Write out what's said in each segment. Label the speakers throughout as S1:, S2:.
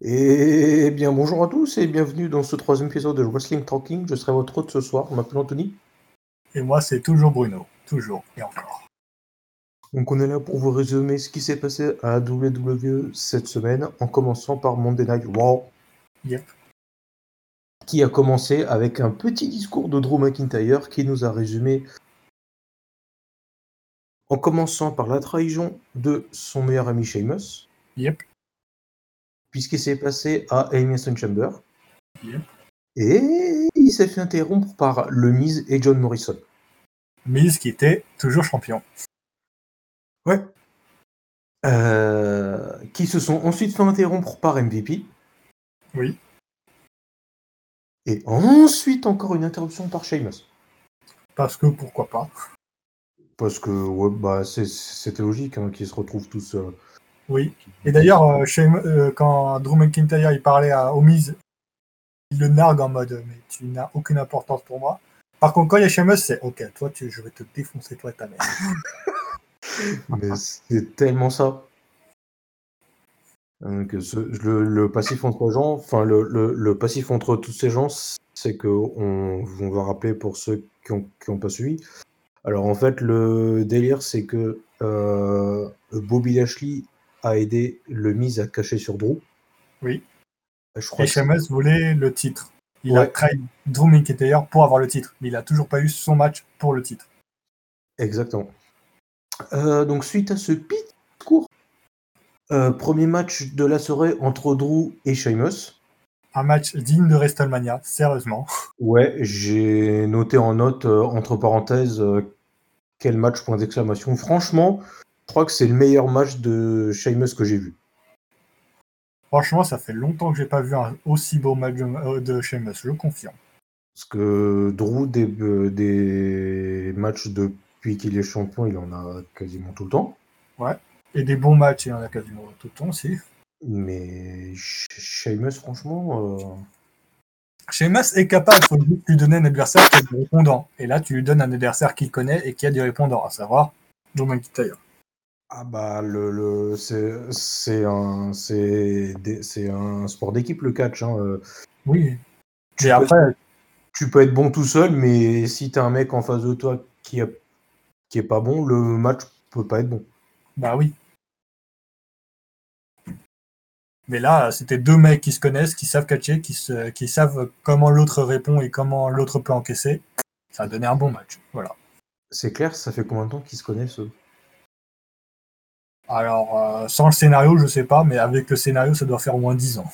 S1: Eh bien, bonjour à tous et bienvenue dans ce troisième épisode de Wrestling Talking. Je serai votre hôte ce soir. Je m'appelle Anthony.
S2: Et moi, c'est toujours Bruno. Toujours et encore.
S1: Donc, on est là pour vous résumer ce qui s'est passé à WWE cette semaine, en commençant par Monday Night Raw.
S2: Yep.
S1: Qui a commencé avec un petit discours de Drew McIntyre qui nous a résumé en commençant par la trahison de son meilleur ami Sheamus.
S2: Yep.
S1: Puisqu'il s'est passé à Elimination Chamber.
S2: Yep.
S1: Et il s'est fait interrompre par le Miz et John Morrison.
S2: Miz qui était toujours champion.
S1: Ouais. Euh, qui se sont ensuite fait interrompre par MVP.
S2: Oui.
S1: Et ensuite encore une interruption par Sheamus.
S2: Parce que pourquoi pas
S1: Parce que ouais, bah, c'est- c'était logique hein, qu'ils se retrouvent tous. euh,
S2: Oui. Et d'ailleurs, euh, chez- euh, quand Drew McIntyre il parlait à Omiz, il le nargue en mode Mais tu n'as aucune importance pour moi. Par contre, quand il y a Sheamus, c'est Ok, toi, tu, je vais te défoncer, toi et ta mère.
S1: Mais c'est tellement ça. Hein, que ce- le, le passif entre gens, enfin le, le- le passif entre tous ces gens, c'est que on, on va rappeler pour ceux qui n'ont pas suivi. Alors en fait, le délire, c'est que euh, Bobby Lashley a aidé le Miz à cacher sur Drew.
S2: Oui.
S1: Je crois
S2: Et
S1: que c'est-
S2: Sheamus voulait le titre. Il a
S1: Ouais.
S2: trahi Drew McIntyre pour avoir le titre. Mais il a toujours pas eu son match pour le titre.
S1: Exactement. Euh, donc suite à ce petit court, euh, premier match de la soirée entre Drew et Sheamus.
S2: Un match digne de WrestleMania, sérieusement.
S1: Ouais, j'ai noté en note, euh, entre parenthèses, euh, quel match, point d'exclamation. Franchement, je crois que c'est le meilleur match de Sheamus que j'ai vu.
S2: Franchement, ça fait longtemps que j'ai pas vu un aussi beau match de, euh, de Sheamus, je confirme.
S1: Parce que Drew, des, euh, des matchs depuis qu'il est champion, il en a quasiment tout le temps.
S2: Et des bons matchs, hein, il y en a quasiment tout le temps aussi.
S1: Mais She- Sheamus, franchement, euh,
S2: Sheamus est capable, faut juste lui donner un adversaire qui a du répondant. Et là, tu lui donnes un adversaire qu'il connaît et qui a du répondant, à savoir Drew McIntyre.
S1: ah bah, le, le- c'est c'est un, c'est des- c'est un sport d'équipe, le catch. hein, euh.
S2: Oui.
S1: Tu
S2: Et
S1: peux-
S2: après,
S1: tu peux être bon tout seul, mais si t'as un mec en face de toi qui, a- qui est pas bon, le match peut pas être bon.
S2: bah oui. Mais là, c'était deux mecs qui se connaissent, qui savent catcher, qui, se, qui savent comment l'autre répond et comment l'autre peut encaisser. Ça a donné un bon match. Voilà.
S1: C'est clair, ça fait combien de temps qu'ils se connaissent eux
S2: Alors, euh, sans le scénario, je sais pas, mais avec le scénario, ça doit faire au moins 10 ans.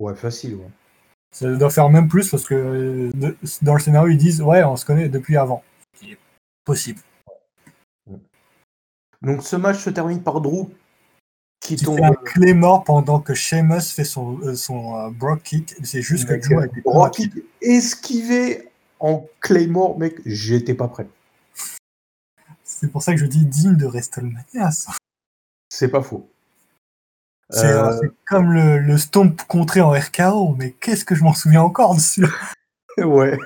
S1: Ouais, facile. ouais.
S2: Ça doit faire même plus parce que euh, de- dans le scénario, ils disent Ouais, on se connaît depuis avant. Ce qui est possible.
S1: Donc ce match se termine par Drew qui
S2: Qui
S1: tombe.
S2: fait un clé mort pendant que Sheamus fait son, euh, son euh, Brock Kick. C'est juste que Drew a été
S1: Rock kick esquivé en Claymore, mec, j'étais pas prêt.
S2: C'est pour ça que je dis digne de WrestleMania. ça.
S1: C'est pas faux.
S2: C'est euh,
S1: Euh,
S2: c'est comme le, le Stomp contré en RKO, mais qu'est-ce que je m'en souviens encore de celui-là
S1: Euh, Ouais.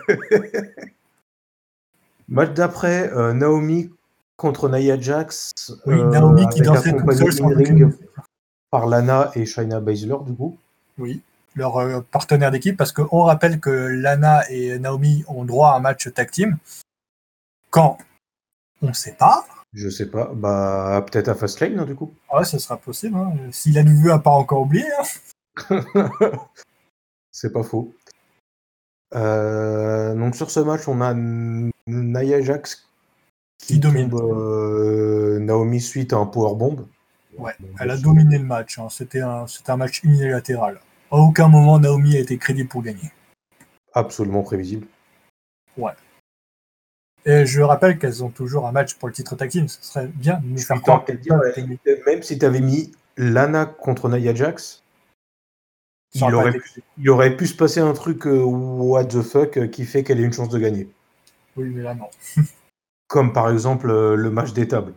S1: match d'après, euh, Naomi contre Nia Jax.
S2: Oui,
S1: euh,
S2: Naomi qui
S1: avec
S2: dansait toute
S1: accompagnée
S2: seule sans
S1: in-ring
S2: aucune-
S1: par Lana et Shayna Baszler du coup.
S2: Oui, leur euh, partenaire d'équipe, parce qu'on rappelle que Lana et Naomi ont droit à un match tag team. Quand On ne sait pas.
S1: Je sais pas, bah peut-être à Fastlane hein, du coup.
S2: Ah ouais, ça sera possible. hein. Si la WWE n'a pas encore oublié. hein.
S1: C'est pas faux. Euh, donc sur ce match, on a N- Nia Jax
S2: Qui domine.
S1: tombe, euh, Naomi suite à un powerbomb.
S2: Ouais, Elle a dominé le match. hein. C'était un, c'était un match unilatéral. À aucun moment, Naomi a été crédible pour gagner.
S1: Absolument prévisible.
S2: Et je rappelle qu'elles ont toujours un match pour le titre tag team. Ce serait bien de nous faire
S1: suis
S2: croire
S1: tenté de
S2: que
S1: dire,
S2: ça a
S1: ouais.
S2: été gagné.
S1: Même si t'avais mis Lana contre Nia Jax, il
S2: Ça aurait
S1: aurait,
S2: pas
S1: pu, il aurait pu se passer un truc euh, what the fuck euh, qui fait qu'elle ait une chance de gagner.
S2: Oui, mais là, non.
S1: Comme par exemple euh, le match des tables.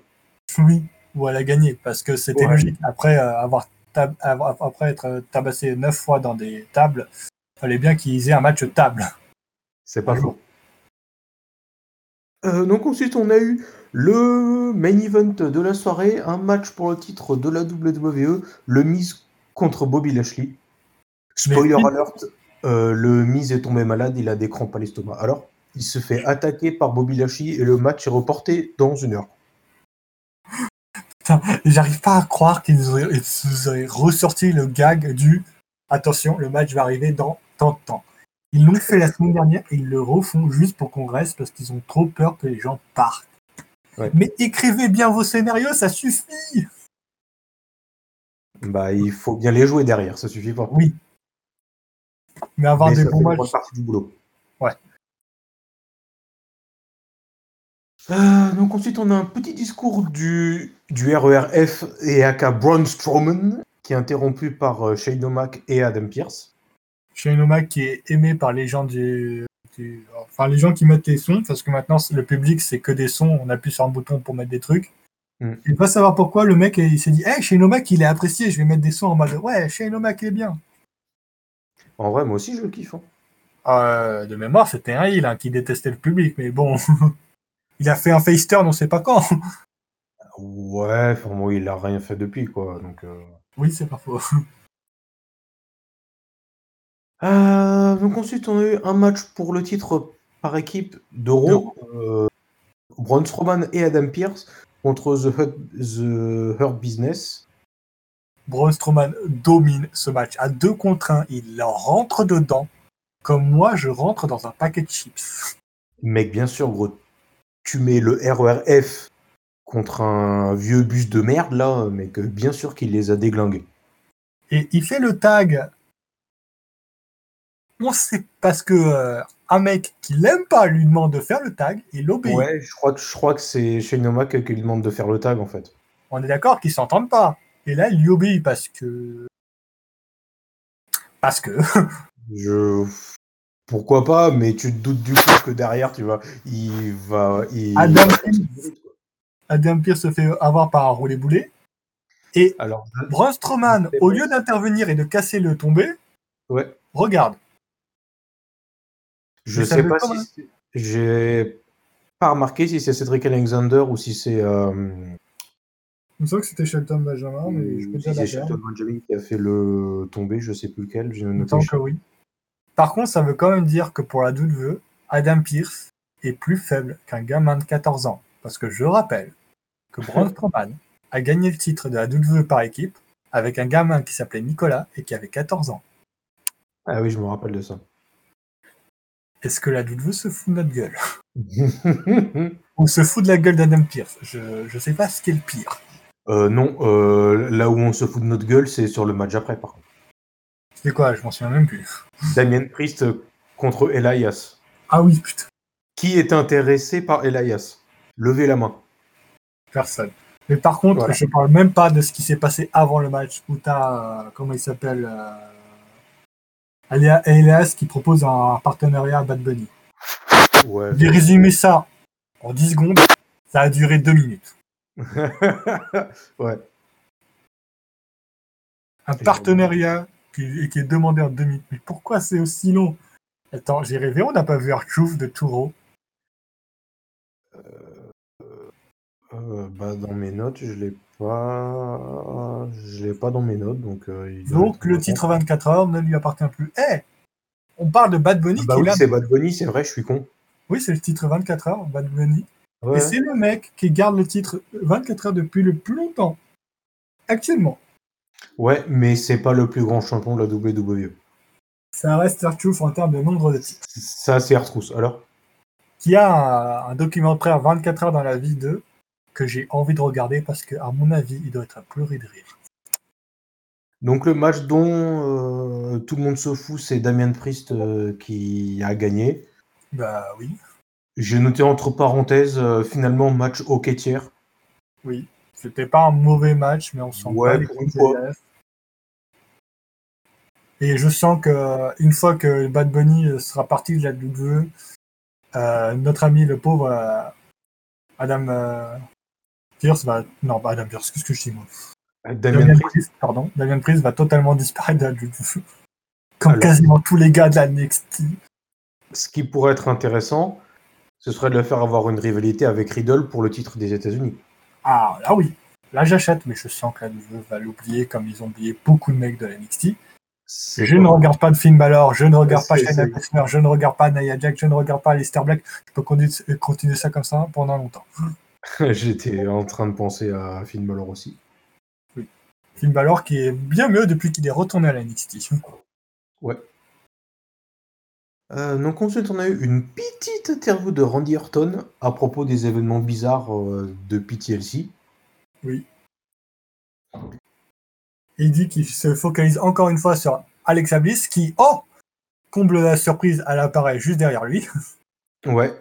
S2: Oui, ou elle a gagné, parce que c'était
S1: Ouais.
S2: logique. Après, euh, avoir tab- avoir- après être euh, tabassé neuf fois dans des tables, fallait bien qu'ils aient un match table.
S1: C'est pas
S2: Un
S1: faux. Euh, donc ensuite on a eu le main event de la soirée, un match pour le titre de la WWE, le Miz E, contre Bobby Lashley. Spoiler alert, euh, le Miz est tombé malade, il a des crampes à l'estomac. Alors, il se fait attaquer par Bobby Lashley et le match est reporté dans une heure.
S2: Putain, j'arrive pas à croire qu'ils nous auraient- ils nous auraient ressorti le gag du attention, le match va arriver dans tant de temps. Ils l'ont fait la semaine dernière et ils le refont juste pour qu'on reste parce qu'ils ont trop peur que les gens partent.
S1: Ouais.
S2: Mais écrivez bien vos scénarios, ça suffit
S1: Bah, il faut bien les jouer derrière, ça suffit pas.
S2: Oui. Mais avoir
S1: Mais
S2: des
S1: ça fait
S2: bons
S1: une
S2: matchs.
S1: bonne partie du boulot.
S2: Ouais.
S1: Euh, donc ensuite, on a un petit discours du, du RERF et aka Braun Strowman, qui est interrompu par euh, Shane O'Mac et Adam Pierce.
S2: Shane O'Mac qui est aimé par les gens du, du- enfin les gens qui mettent les sons parce que maintenant c'est- le public c'est que des sons, on appuie sur un bouton pour mettre des trucs.
S1: Mm.
S2: Il va savoir pourquoi le mec il s'est dit "Hey, Shane O'Mac, il est apprécié, je vais mettre des sons en mode ouais, Shane O'Mac est bien."
S1: En vrai, moi aussi, je le kiffe. hein.
S2: Euh, de mémoire, c'était un il qui détestait le public mais bon. il a fait un face turn, on sait pas quand.
S1: Ouais, enfin, bon, il a rien fait depuis, quoi. Donc, euh,
S2: oui, c'est pas faux.
S1: Euh, donc ensuite, on a eu un match pour le titre par équipe de Raw, euh, Braun Strowman et Adam Pierce contre The Hurt, The Hurt Business.
S2: Braun Strowman domine ce match à deux contre un, il en rentre dedans comme moi je rentre dans un paquet de chips.
S1: Mec, bien sûr, gros, tu mets le RERF contre un vieux bus de merde, là, mec, bien sûr qu'il les a déglingués.
S2: et il fait le tag. On sait parce que euh, un mec qui l'aime pas lui demande de faire le tag, il obéit.
S1: Ouais, je crois que, je crois que c'est Shane O'Mac qui lui demande de faire le tag, en fait.
S2: On est d'accord qu'ils s'entendent pas. Et là, il lui obéit parce que parce que
S1: Je... Pourquoi pas, mais tu te doutes du coup que derrière, tu vas... Il va... Il...
S2: Adam Pearce, Adam Pearce se fait avoir par un roulé boulet. Et
S1: Alors,
S2: Braun Strowman, au lieu d'intervenir et de casser le tombé,
S1: ouais.
S2: regarde.
S1: Je
S2: Mais ça
S1: sais
S2: veut
S1: pas
S2: pas,
S1: si
S2: hein.
S1: c'est- j'ai pas remarqué si c'est Cedric Alexander ou si c'est euh,
S2: Je me semble que c'était Shelton Benjamin, mais je peux
S1: si
S2: déjà
S1: c'est
S2: la faire.
S1: Shelton Benjamin qui a fait le tomber, je sais plus lequel. J'ai
S2: Il me
S1: noté
S2: semble que oui. Par contre, ça veut quand même dire que pour la doute vœu, Adam Pierce est plus faible qu'un gamin de 14 ans. Parce que je rappelle que Braun Strowman a gagné le titre de la doute vœu par équipe avec un gamin qui s'appelait Nicolas et qui avait 14 ans.
S1: Ah oui, je me rappelle de ça.
S2: Est-ce que la doute vœu se fout de notre gueule Ou se fout de la gueule d'Adam Pierce Je je sais pas ce qui est le pire.
S1: Euh, non, euh, là où on se fout de notre gueule, c'est sur le match après, par contre.
S2: C'est quoi Je m'en souviens même plus.
S1: Damien Priest contre Elias.
S2: Ah oui, putain,
S1: Qui est intéressé par Elias Levez la main.
S2: personne. Mais par contre,
S1: Voilà.
S2: je parle même pas de ce qui s'est passé avant le match où t'as, euh, comment il s'appelle, euh, Alea- Elias qui propose un partenariat à Bad Bunny.
S1: Ouais.
S2: J'ai résumé ça en 10 secondes, ça a duré 2 minutes.
S1: Euh, ouais.
S2: Un partenariat qui, qui est demandé en 2 minutes. Mais pourquoi c'est aussi long Attends, j'ai rêvé, on n'a pas vu Archouf de Touro.
S1: Euh, bah, dans mes notes, je l'ai pas. Je l'ai pas dans mes notes, donc. euh, il doit
S2: Donc
S1: être
S2: le
S1: content.
S2: titre 24 heures ne lui appartient plus. Eh On parle de Bad Bunny
S1: Ah bah
S2: qui est
S1: oui,
S2: là.
S1: c'est Bad Bunny, c'est vrai, je suis con.
S2: Oui, c'est le titre 24 heures, Bad Bunny.
S1: Ouais.
S2: Et c'est le mec qui garde le titre 24 heures depuis le plus longtemps. Actuellement,
S1: Ouais, mais c'est pas le plus grand champion de la E. WWE.
S2: ça reste Archouf en termes de nombre de titres.
S1: Ça, c'est Artrousse. Alors,
S2: Qui a un, un documentaire 24 heures dans la vie de que j'ai envie de regarder parce que, à mon avis, il doit être à pleurer de rire.
S1: donc le match dont euh, tout le monde se fout, c'est Damien Priest euh, qui a gagné.
S2: Bah oui,
S1: J'ai noté entre parenthèses, euh, finalement, match au tiers.
S2: oui. C'était pas un mauvais match, mais on sent
S1: Ouais,
S2: pas les
S1: pour une
S2: coups de
S1: fois.
S2: LF. Et je sens que euh, une fois que Bad Bunny euh, sera parti de la WWE, euh, notre ami le pauvre euh, Adam euh, Pierce va. Non, pas Adam Pierce, qu'est-ce que je dis moi
S1: Euh, Damien
S2: Damien
S1: Priest,
S2: Priest, pardon. Damien Priest va totalement disparaître de la WWE. Comme
S1: Alors.
S2: quasiment tous les gars de la NXT.
S1: ce qui pourrait être intéressant, ce serait de le faire avoir une rivalité avec Riddle pour le titre des États-Unis.
S2: Ah, là oui. Là, j'achète, mais je sens que la WWE va l'oublier comme ils ont oublié beaucoup de mecs de la NXT.
S1: C'est
S2: Je
S1: pas-
S2: ne regarde pas de film alors, je ne regarde pas
S1: C'est-
S2: Shayna
S1: c'est-
S2: Baszler, je ne regarde pas Nia Jack, je ne regarde pas Lester Black. Je peux condu- continuer ça comme ça pendant longtemps.
S1: J'étais en train de penser à Finn Balor aussi.
S2: Finn Balor qui est bien mieux depuis qu'il est retourné à la NXT.
S1: Euh, donc ensuite, on a eu une petite interview de Randy Orton à propos des événements bizarres euh, de PTLC.
S2: Et il dit qu'il se focalise encore une fois sur Alexa Bliss qui, oh, comble la surprise, elle apparaît juste derrière lui.
S1: Ouais.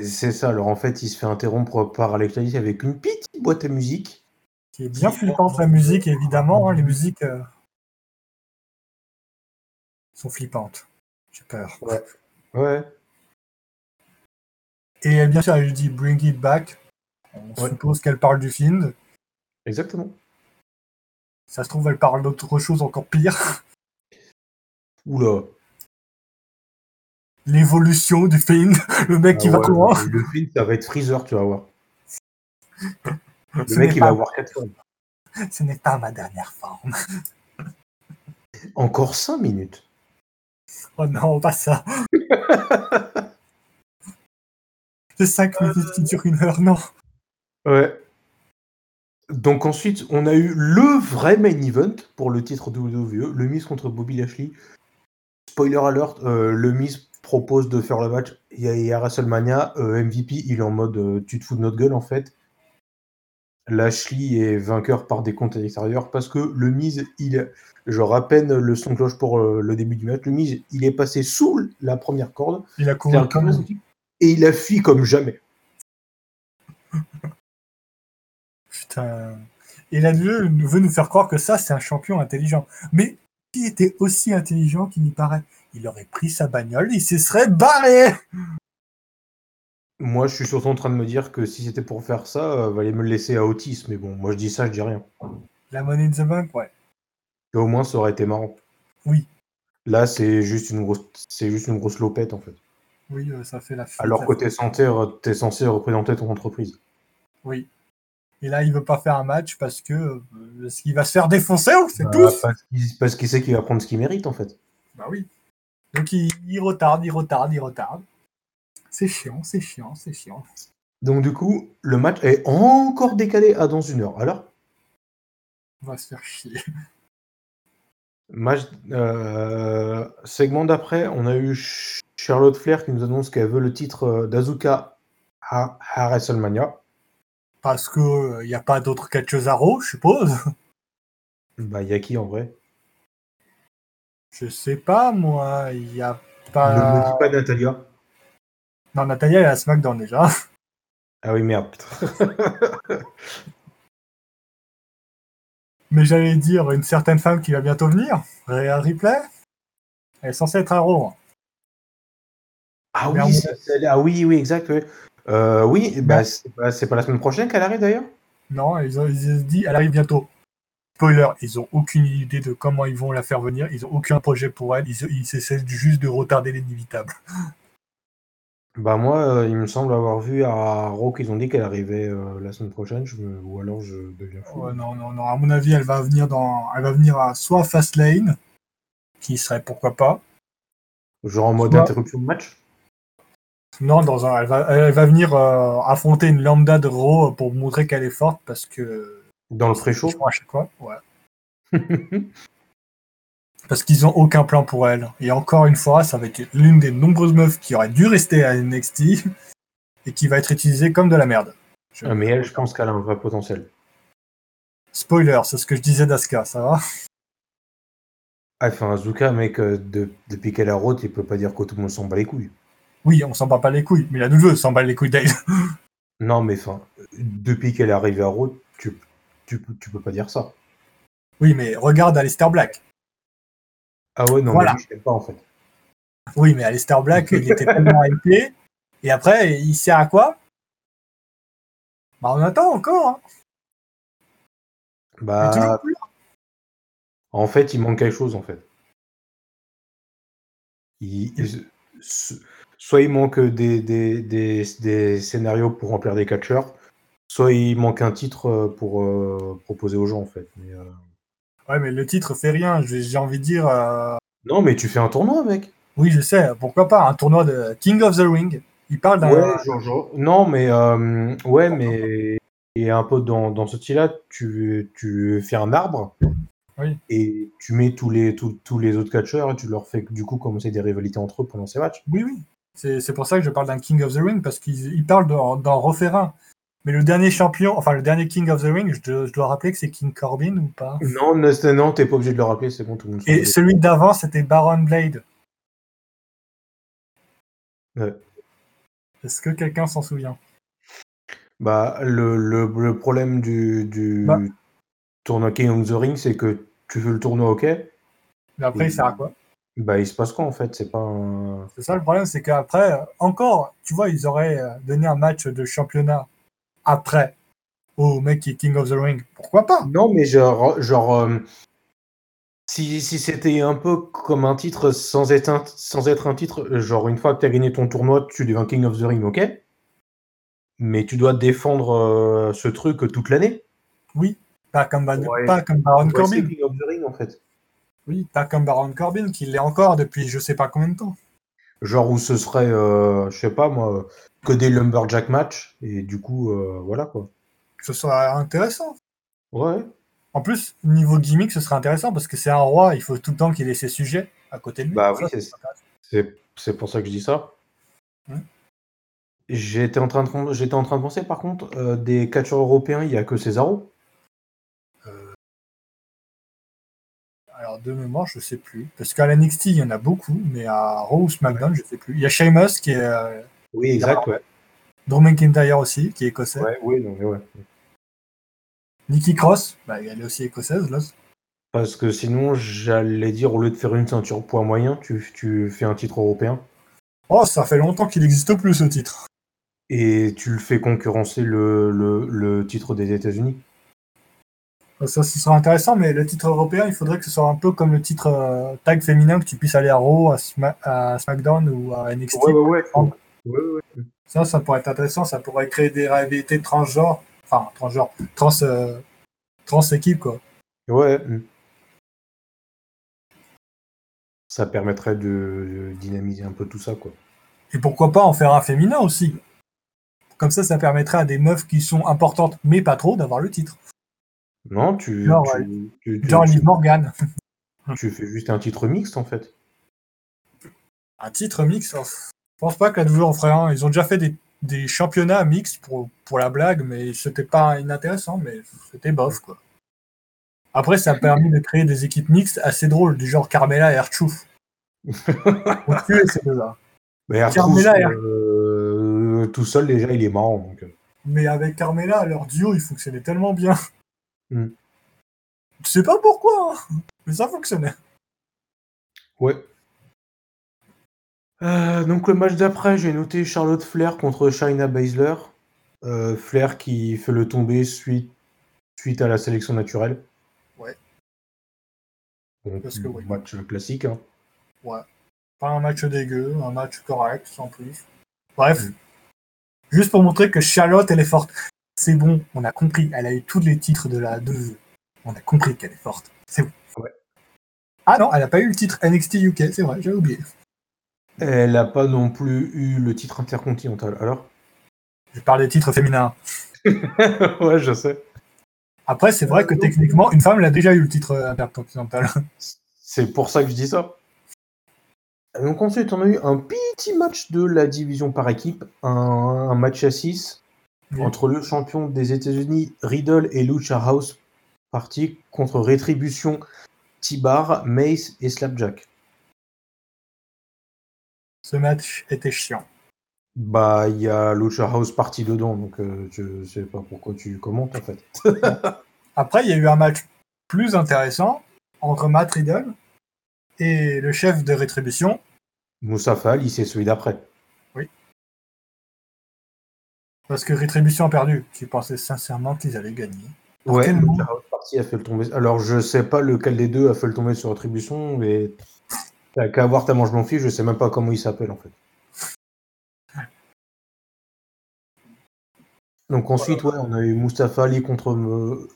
S1: C'est ça, alors en fait, il se fait interrompre par Alex Lynn avec une petite boîte à musique.
S2: qui est bien flippante la musique évidemment hein, les musiques euh, sont flippantes j'ai peur
S1: Ouais.
S2: et euh, bien sûr elle dit bring it back on
S1: Ouais.
S2: suppose qu'elle parle du film
S1: Exactement.
S2: ça se trouve elle parle d'autre chose encore pire
S1: Oula.
S2: l'évolution du film le mec qui
S1: Ah
S2: va
S1: ouais,
S2: comment
S1: Le film, ça va être Freezer, tu vas voir. Le
S2: ce
S1: mec,
S2: n'est
S1: il va
S2: pas,
S1: avoir 4 formes.
S2: ce n'est pas ma dernière forme
S1: Encore 5 minutes.
S2: oh non pas ça c'est 5 minutes qui durent une heure non
S1: Ouais. Donc ensuite, on a eu le vrai main event pour le titre WWE, le Miz contre Bobby Lashley. Spoiler alert, euh, le Miz propose de faire le match. Il y a- il y a WrestleMania, euh, MVP, il est en mode euh, tu te fous de notre gueule en fait. Lashley est vainqueur par des comptes à l'extérieur parce que le Miz, il est- genre à peine le son de cloche pour euh, le début du match, le Miz, il est passé sous la première corde
S2: il a
S1: C'est
S2: couru
S1: un
S2: comme
S1: clone. et il a fui comme jamais.
S2: Putain. Et la WWE veut nous faire croire que ça, c'est un champion intelligent. Mais qui était aussi intelligent qu'il n'y paraît Il aurait pris sa bagnole, il se serait barré
S1: Moi, je suis surtout en train de me dire que si c'était pour faire ça, euh, valait me le laisser à Otis. Mais bon, moi, je dis ça, je dis rien.
S2: La monnaie de the bank, ouais.
S1: Et au moins, ça aurait été marrant.
S2: Oui.
S1: Là, c'est juste une grosse, c'est juste une grosse lopette en fait.
S2: Oui, euh, ça fait la fête.
S1: Alors que t'es censé, t'es censé représenter ton entreprise.
S2: Oui. Et là, il veut pas faire un match parce que euh, est-ce qu'il va se faire défoncer ou c'est
S1: Bah,
S2: tous
S1: parce qu'il- Parce qu'il sait qu'il va prendre ce qu'il mérite en fait.
S2: Bah oui. Donc il, il retarde, il retarde, il retarde. C'est chiant, c'est chiant, c'est chiant.
S1: Donc du coup, le match est encore décalé à dans une heure. Alors,
S2: On va se faire chier.
S1: match, euh, segment d'après, on a eu Ch- Charlotte Flair qui nous annonce qu'elle veut le titre euh, d'Azuka à, à WrestleMania.
S2: Parce que il n'y a pas d'autre catcheuse à Raw, je suppose.
S1: Bah, y a qui en vrai
S2: Je sais pas, moi, il n'y a
S1: Ne me
S2: pas.
S1: dis pas Natalia.
S2: Non, Natalia, elle est à SmackDown déjà.
S1: Ah oui, merde. putain.
S2: Mais j'allais dire une certaine femme qui va bientôt venir, Rhea Ripley. Elle est censée être à Raw. hein.
S1: Ah
S2: Merde.
S1: oui, c'est celle- ah oui, oui, exact. Oui, Euh, oui bah, c'est pas, c'est pas la semaine prochaine qu'elle arrive d'ailleurs
S2: Non, ils ont, ils ont dit, elle arrive bientôt. Spoiler, ils ont aucune idée de comment ils vont la faire venir. Ils ont aucun projet pour elle. Ils, ils essaient juste de retarder l'inévitable.
S1: Bah moi, euh, il me semble avoir vu à Raw qu'ils ont dit qu'elle arrivait euh, la semaine prochaine, je me- ou alors je deviens fou.
S2: Ouais, non, non, non. À mon avis, elle va venir dans, elle va venir à soit Fastlane, qui serait pourquoi pas.
S1: Genre en mode
S2: Ouais.
S1: interruption de match
S2: Non, dans un, elle va, elle va venir euh, affronter une lambda de Raw pour montrer qu'elle est forte parce que
S1: Dans le pré-show
S2: Je crois à chaque fois, ouais. Parce qu'ils ont aucun plan pour elle. Et encore une fois, ça va être l'une des nombreuses meufs qui aurait dû rester à NXT et qui va être utilisée comme de la merde. Je-
S1: Ah, Mais elle, je pense qu'elle a un vrai potentiel.
S2: Spoiler, c'est ce que je disais d'Asuka, ça va
S1: Ah, enfin, Azuka, mec, euh, de- depuis qu'elle est à Raw, tu peux pas dire que tout le monde s'en bat les couilles.
S2: Oui, on s'en bat pas les couilles, mais la nouvelle s'en bat les couilles d'elle.
S1: Non, mais enfin, depuis qu'elle est arrivée à Raw, tu, tu, tu peux pas dire ça.
S2: Oui, mais regarde Alistair Black.
S1: Ah ouais, non,
S2: Voilà.
S1: mais lui, je sais pas en fait.
S2: Oui, mais Alistair Black, il était tellement hypé. Et après, il sert à quoi Bah, on attend encore. hein. Il est toujours
S1: Bah,
S2: plus là.
S1: En fait, il manque quelque chose, en fait. Il- il- so- soit il manque des, des- des- des scénarios pour remplir des catcheurs, soit il manque un titre euh, pour euh, proposer aux gens, en fait. Mais, euh,
S2: Ouais, mais le titre fait rien. J'ai j'ai envie de dire. euh,
S1: Non, mais tu fais un tournoi, mec.
S2: Oui, je sais, pourquoi pas. Un tournoi de King of the Ring. Il parle d'un.
S1: Ouais, genre, genre- non, mais euh, ouais, mais et un peu dans, dans ce style-là, tu, tu fais un arbre
S2: Oui.
S1: et tu mets tous les tous, tous les autres catcheurs et tu leur fais du coup commencer des rivalités entre eux pendant ces matchs.
S2: Oui, oui. C'est c'est pour ça que je parle d'un King of the Ring, parce qu'ils ils parlent d'en d'en refaire un. Mais le dernier champion, enfin le dernier King of the Ring, je, dois- je dois rappeler que c'est King Corbin ou pas
S1: Non, non, c'est- non, t'es pas obligé de le rappeler, c'est bon, tout le monde. s'en
S2: Et
S1: fout.
S2: celui d'avant, c'était Baron Blade.
S1: Ouais.
S2: Est-ce que quelqu'un s'en souvient
S1: Bah, le, le, le problème du, du
S2: Bah.
S1: tournoi King of the Ring, c'est que tu fais le tournoi, ok.
S2: Mais après,
S1: Oui.
S2: il sert à quoi
S1: Bah, il se passe quoi en fait C'est pas. un-
S2: C'est ça le problème, c'est qu'après, euh, encore, tu vois, ils auraient euh, donné un match de championnat après au mec qui est King of the Ring. Pourquoi pas
S1: Non, mais genre, genre euh, si, si c'était un peu comme un titre sans être un, sans être un titre, euh, genre une fois que tu as gagné ton tournoi, tu deviens King of the Ring, ok Mais tu dois défendre euh, ce truc toute l'année.
S2: Pas comme, Van-
S1: Ouais.
S2: pas comme Baron
S1: Ouais, c'est
S2: Corbin.
S1: King of the Ring en fait.
S2: Oui, pas comme Baron Corbin, qui l'est encore depuis je sais pas combien de temps.
S1: Genre où ce serait, euh, je sais pas moi, que des Lumberjack match, et du coup, euh, voilà quoi.
S2: Ce serait intéressant.
S1: Ouais.
S2: En plus, niveau gimmick, ce serait intéressant parce que c'est un roi, il faut tout le temps qu'il ait ses sujets à côté de lui.
S1: Bah
S2: Ça,
S1: oui, c'est- c'est c'est pour ça que je dis ça.
S2: Hmm.
S1: J'étais en, train de- j'étais en train de penser, par contre, euh, des catcheurs européens, il n'y a que Cesaro.
S2: Alors, de mémoire, je sais plus. Parce qu'à la NXT, il y en a beaucoup, mais à Raw ou SmackDown, je sais plus. Il y a Sheamus, qui est euh,
S1: Oui,
S2: exact,
S1: ouais.
S2: Drew McIntyre aussi, qui est écossais.
S1: Ah, Ouais, oui, non, mais ouais.
S2: Nikki Cross, bah, elle est aussi écossaise, là.
S1: Parce que sinon, j'allais dire, au lieu de faire une ceinture poids moyen, tu, tu fais un titre européen
S2: Oh, ça fait longtemps qu'il n'existe plus ce titre.
S1: et tu le fais concurrencer le, le, le titre des États-Unis.
S2: Ça, ce serait intéressant, mais le titre européen, il faudrait que ce soit un peu comme le titre euh, tag féminin, que tu puisses aller à Raw, à, Sma- à SmackDown ou à NXT.
S1: ouais,
S2: ouais.
S1: ouais, ouais.
S2: Ça, ça pourrait être intéressant, ça pourrait créer des rivalités transgenres, enfin, transgenres, trans, euh, trans équipe, quoi.
S1: Ouais. mm. Ça permettrait de, de dynamiser un peu tout ça, quoi.
S2: Et pourquoi pas en faire un féminin aussi Comme ça, ça permettrait à des meufs qui sont importantes, mais pas trop, d'avoir le titre.
S1: Non, tu,
S2: Non,
S1: tu,
S2: ouais.
S1: tu- tu-
S2: Genre
S1: tu-
S2: Liv Morgan.
S1: tu fais juste un titre mixte en fait.
S2: Un titre mix, oh, je pense pas que la WWE en ferait un. Ils ont déjà fait des, des championnats mix pour, pour la blague, mais c'était pas inintéressant, mais c'était bof, quoi. Après, ça a permis de créer des équipes mixtes assez drôles, du genre Carmela et Archouf. On tue ces deux-là.
S1: Mais
S2: Carmella,
S1: Arthur, euh, tout seul déjà, il est marrant. Donc. euh.
S2: Mais avec Carmela, leur duo, il fonctionnait tellement bien.
S1: Mm.
S2: Je sais pas pourquoi, hein, mais ça fonctionnait.
S1: Ouais. Euh, donc le match d'après, j'ai noté Charlotte Flair contre Shayna Baszler. Euh, Flair qui fait le tomber suite, suite à la sélection naturelle.
S2: Ouais.
S1: Donc,
S2: Parce que oui.
S1: match classique. hein.
S2: Pas un match dégueu, un match correct, sans plus. Bref,
S1: Mm.
S2: juste pour montrer que Charlotte, elle est forte. C'est bon, on a compris. Elle a eu tous les titres de la WWE. On a compris qu'elle est forte. C'est bon.
S1: Ouais.
S2: Ah non, elle a pas eu le titre NXT UK, c'est vrai, j'avais oublié.
S1: Elle n'a pas non plus eu le titre intercontinental. Alors
S2: Je parle des titres féminins.
S1: Ouais, je sais.
S2: Après, c'est vrai que techniquement, une femme l'a déjà eu le titre euh, intercontinental.
S1: C'est pour ça que je dis ça. Donc ensuite, on a eu un petit match de la division par équipe, un, un match à 6
S2: Oui.
S1: entre le champion des États-Unis, Riddle et Lucha House Party contre Rétribution, T-Bar, Mace et Slapjack.
S2: Ce match était chiant.
S1: Bah, il y a Lucha House Party dedans, donc euh, je sais pas pourquoi tu commentes en fait.
S2: Après, il y a eu un match plus intéressant entre Matt Riddle et le chef de rétribution.
S1: Moussa Fall, c'est celui d'après.
S2: Parce que Rétribution a perdu. Tu pensais sincèrement qu'ils allaient gagner. Par
S1: Ouais,
S2: quel nom
S1: Lucha House Party a fait le tomber. Alors, je sais pas lequel des deux a fait le tomber sur Attribution, mais t'as qu'à voir ta manche mon fils, je sais même pas comment il s'appelle en fait. Donc euh, ensuite, ouais, on a eu Mustafa Ali contre, me-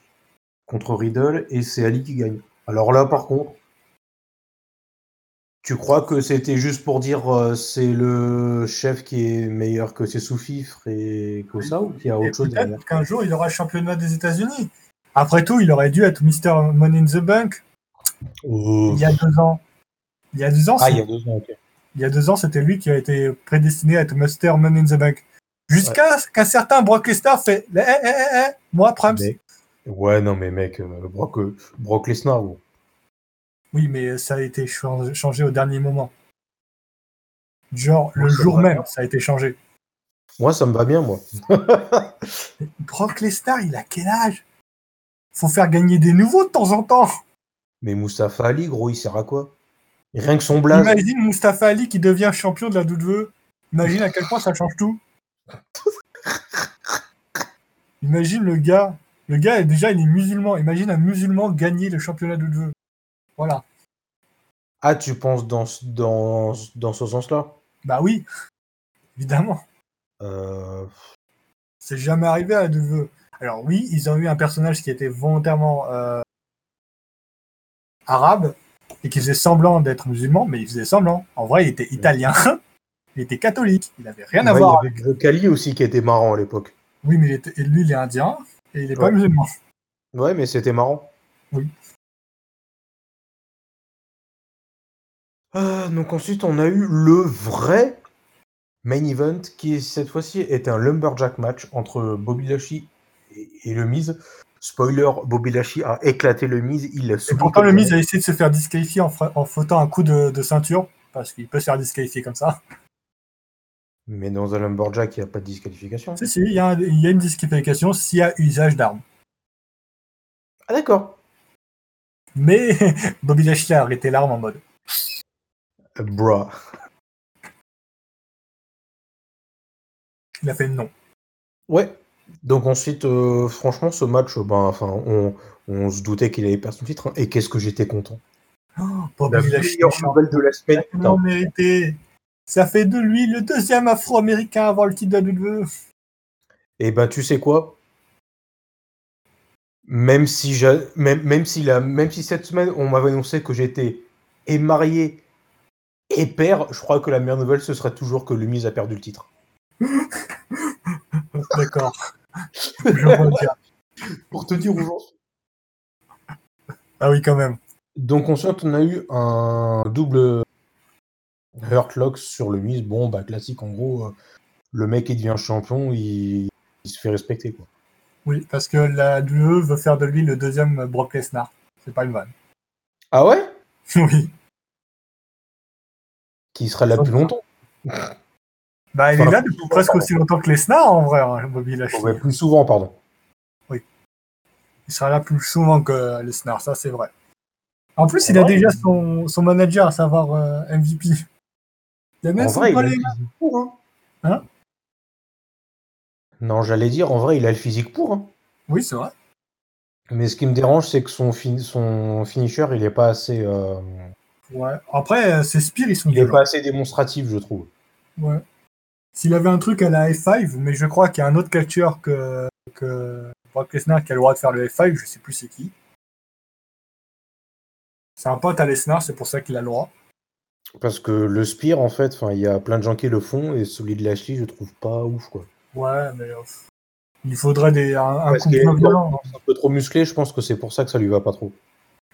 S1: contre Riddle et c'est Ali qui gagne. Alors là, par contre, tu crois que c'était juste pour dire euh, c'est le chef qui est meilleur que ses sous-fifres et que ça ou qu'il y a
S2: Et
S1: autre chose derrière
S2: Peut-être qu'un jour, il aura le championnat des États-Unis. Après tout, il aurait dû être Mister Money in the Bank
S1: Oh.
S2: il y a deux ans. Il y a deux ans,
S1: Ah,
S2: c'est-
S1: il y a deux ans, ok.
S2: il y a deux ans, c'était lui qui a été prédestiné à être Mister Money in the Bank. Jusqu'à ce qu'un certain Brock Lesnar fait Eh, eh, eh, eh, eh, moi, Prams.
S1: Mais- Ouais, non, mais mec, euh, Brock, euh, Brock Lesnar, bon.
S2: Oui, mais ça a été chang- changé au dernier moment. Genre, le
S1: Ouais, c'est
S2: jour
S1: vrai.
S2: même, ça a été changé.
S1: moi, ça me va bien, moi.
S2: Brock Lesnar, il a quel âge Faut faire gagner des nouveaux de temps en temps.
S1: Mais Mustafa Ali, gros, il sert à quoi Rien que son blaze.
S2: Imagine Mustafa Ali qui devient champion de la WWE. Imagine à quel point ça change tout. Imagine le gars. Le gars, déjà, il est musulman. Imagine un musulman gagner le championnat de WWE. Voilà.
S1: Ah, tu penses dans, ce- dans, ce- dans ce sens-là
S2: Bah oui. Évidemment.
S1: Euh,
S2: C'est jamais arrivé à la WWE. Alors oui, ils ont eu un personnage qui était volontairement euh, arabe et qui faisait semblant d'être musulman, mais il faisait semblant. En vrai, il était italien. Il était catholique. Il n'avait rien à
S1: ouais,
S2: voir
S1: Il y avait Joe Cali aussi qui était marrant à l'époque.
S2: Oui, mais il est- et lui, il est indien et il est pas
S1: Ouais.
S2: musulman.
S1: Ouais, mais c'était marrant.
S2: Oui.
S1: Ah, donc ensuite, on a eu le vrai main event qui, cette fois-ci, est un lumberjack match entre Bobby Lashley et, et le Miz. Spoiler, Bobby Lashley a éclaté le Miz. Il l'a
S2: Et
S1: soumis
S2: pourtant,
S1: comme
S2: le Miz
S1: jamais.
S2: a essayé de se faire disqualifier en, fra- en fautant un coup de, de ceinture, parce qu'il peut se faire disqualifier comme ça.
S1: Mais dans un lumberjack, il n'y a pas de disqualification.
S2: Si, si, il y, a un- il y a une disqualification s'il y a usage d'armes.
S1: Ah, d'accord.
S2: Mais Bobby Lashley a arrêté l'arme en mode.
S1: Euh, Bruh.
S2: Il a fait non.
S1: Ouais. Donc ensuite, euh, franchement, ce match, euh, ben, enfin, on, on se doutait qu'il allait perdre son titre. hein. et qu'est-ce que j'étais content.
S2: Oh,
S1: La
S2: Bobby Lashley,
S1: meilleure nouvelle de la semaine. putain.
S2: non mérité. Ça fait de lui le deuxième afro-américain à avoir le titre de WWE.
S1: Et ben, tu sais quoi Même si j'a- même, même si la, même si cette semaine on m'avait annoncé que j'étais et marié et père, je crois que la meilleure nouvelle ce serait toujours que Lumise a perdu le titre.
S2: E. D'accord. Je vois le gars.
S1: Pour te dire où j'en suis.
S2: Ah oui, quand même.
S1: Donc ensuite, on a eu un double Hurtlock sur le mise. Bon, bah classique, en gros, euh, le mec il devient champion, il, il se fait respecter. Quoi.
S2: Oui, parce que la WWE veut faire de lui le deuxième Brock Lesnar. C'est pas une vanne.
S1: Ah ouais
S2: Oui.
S1: Qui sera là plus longtemps.
S2: Bah, il est
S1: Enfin,
S2: là depuis
S1: plus
S2: presque
S1: souvent,
S2: aussi longtemps que Lesnar, en vrai, hein, Bobby Lashley.
S1: Ouais, plus souvent, pardon.
S2: Il sera là plus souvent que Lesnar, ça c'est vrai. En plus, il a
S1: En vrai,
S2: déjà
S1: il-
S2: son, son manager, à savoir euh, MVP. Il a même
S1: En
S2: son
S1: vrai, il a le
S2: collègue.
S1: physique pour. Hein.
S2: Hein
S1: non, j'allais dire, en vrai, il a le physique pour. hein.
S2: Oui, c'est vrai.
S1: Mais ce qui me dérange, c'est que son, fin- son finisher, il est pas assez, euh,
S2: Ouais. Après, euh, ses spires, ils sont
S1: il est
S2: violents.
S1: pas assez démonstratif, je trouve.
S2: Ouais. S'il avait un truc à la F5, mais je crois qu'il y a un autre catcheur que, que Brock Lesnar qui a le droit de faire le F5, je sais plus c'est qui. C'est un pote à Lesnar, c'est pour ça qu'il a le droit.
S1: Parce que le Spear, en fait, 'fin, il y a plein de gens qui le font, et celui de Lashley, je trouve pas ouf, quoi.
S2: Ouais, mais euh, il faudrait des, un, un
S1: Parce
S2: coup de
S1: qu'il est
S2: poing violent.
S1: un peu trop musclé, je pense que c'est pour ça que ça lui va pas trop.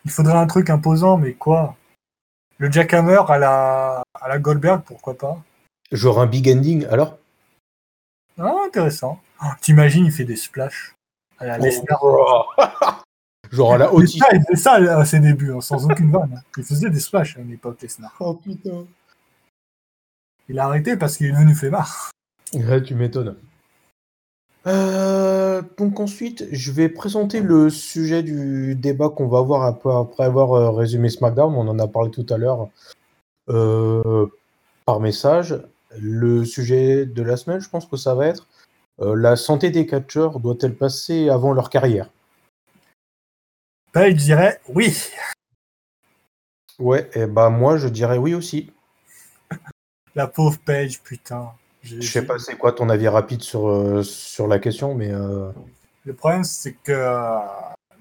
S2: Il faudrait un truc imposant, mais quoi Le jackhammer à la, à la Goldberg, pourquoi pas
S1: Genre un big ending, alors
S2: Ah, intéressant. Oh, T'imagines, il fait des splashs à
S1: Ah,
S2: la Lesnar.
S1: Genre à Oh, la Otis.
S2: Lesnar, il faisait ça là, à ses débuts, hein, sans aucune vanne. Il faisait des splashs à une époque, Lesnar.
S1: Oh putain.
S2: Il a arrêté parce qu'il est devenu flemmard.
S1: Ouais, tu m'étonnes. Euh, donc ensuite, je vais présenter le sujet du débat qu'on va avoir un peu après avoir euh, résumé SmackDown. On en a parlé tout à l'heure euh, par message. Le sujet de la semaine, je pense que ça va être euh, la santé des catcheurs doit-elle passer avant leur carrière
S2: Ben, il dirait oui.
S1: Ouais, et bah moi je dirais oui aussi.
S2: La pauvre Paige, putain. J'ai-
S1: Je sais pas c'est quoi ton avis rapide sur, euh, sur la question, mais euh,
S2: Le problème, c'est que euh,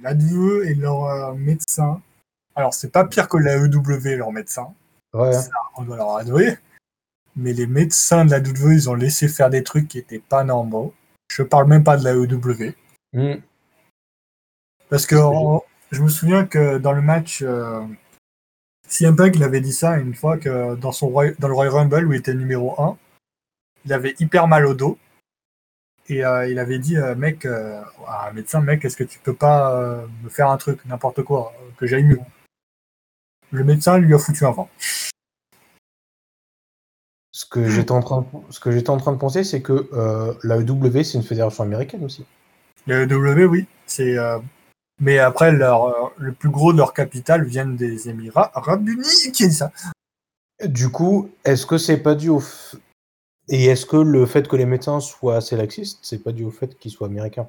S2: la DUE et leurs euh, médecins Alors, c'est pas pire que la EW, leur médecin.
S1: Ouais. hein.
S2: Ça, on doit leur avouer. Mais les médecins de la WWE, ils ont laissé faire des trucs qui étaient pas normaux. Je parle même pas de la EW.
S1: Mm.
S2: Parce que
S1: C'est
S2: en- je me souviens que dans le match, euh, CM Punk il avait dit ça une fois que dans, son Roy- dans le Royal Rumble où il était numéro 1, il avait hyper mal au dos. Et euh, il avait dit, euh, mec, euh, à un médecin, mec, est-ce que tu peux pas euh, me faire un truc, n'importe quoi, euh, que j'aille mieux Le médecin lui a foutu un vent.
S1: Ce que j'étais en train, de- ce que j'étais en train de penser, c'est que euh, la EW, c'est une fédération américaine aussi.
S2: Le W, oui. C'est, euh, Mais après, leur, euh, le plus gros de leur capital viennent des Émirats Arabes Unis. Qui est ça
S1: Du coup, est-ce que c'est pas dû au f- et est-ce que le fait que les médecins soient assez laxistes, c'est pas dû au fait qu'ils soient américains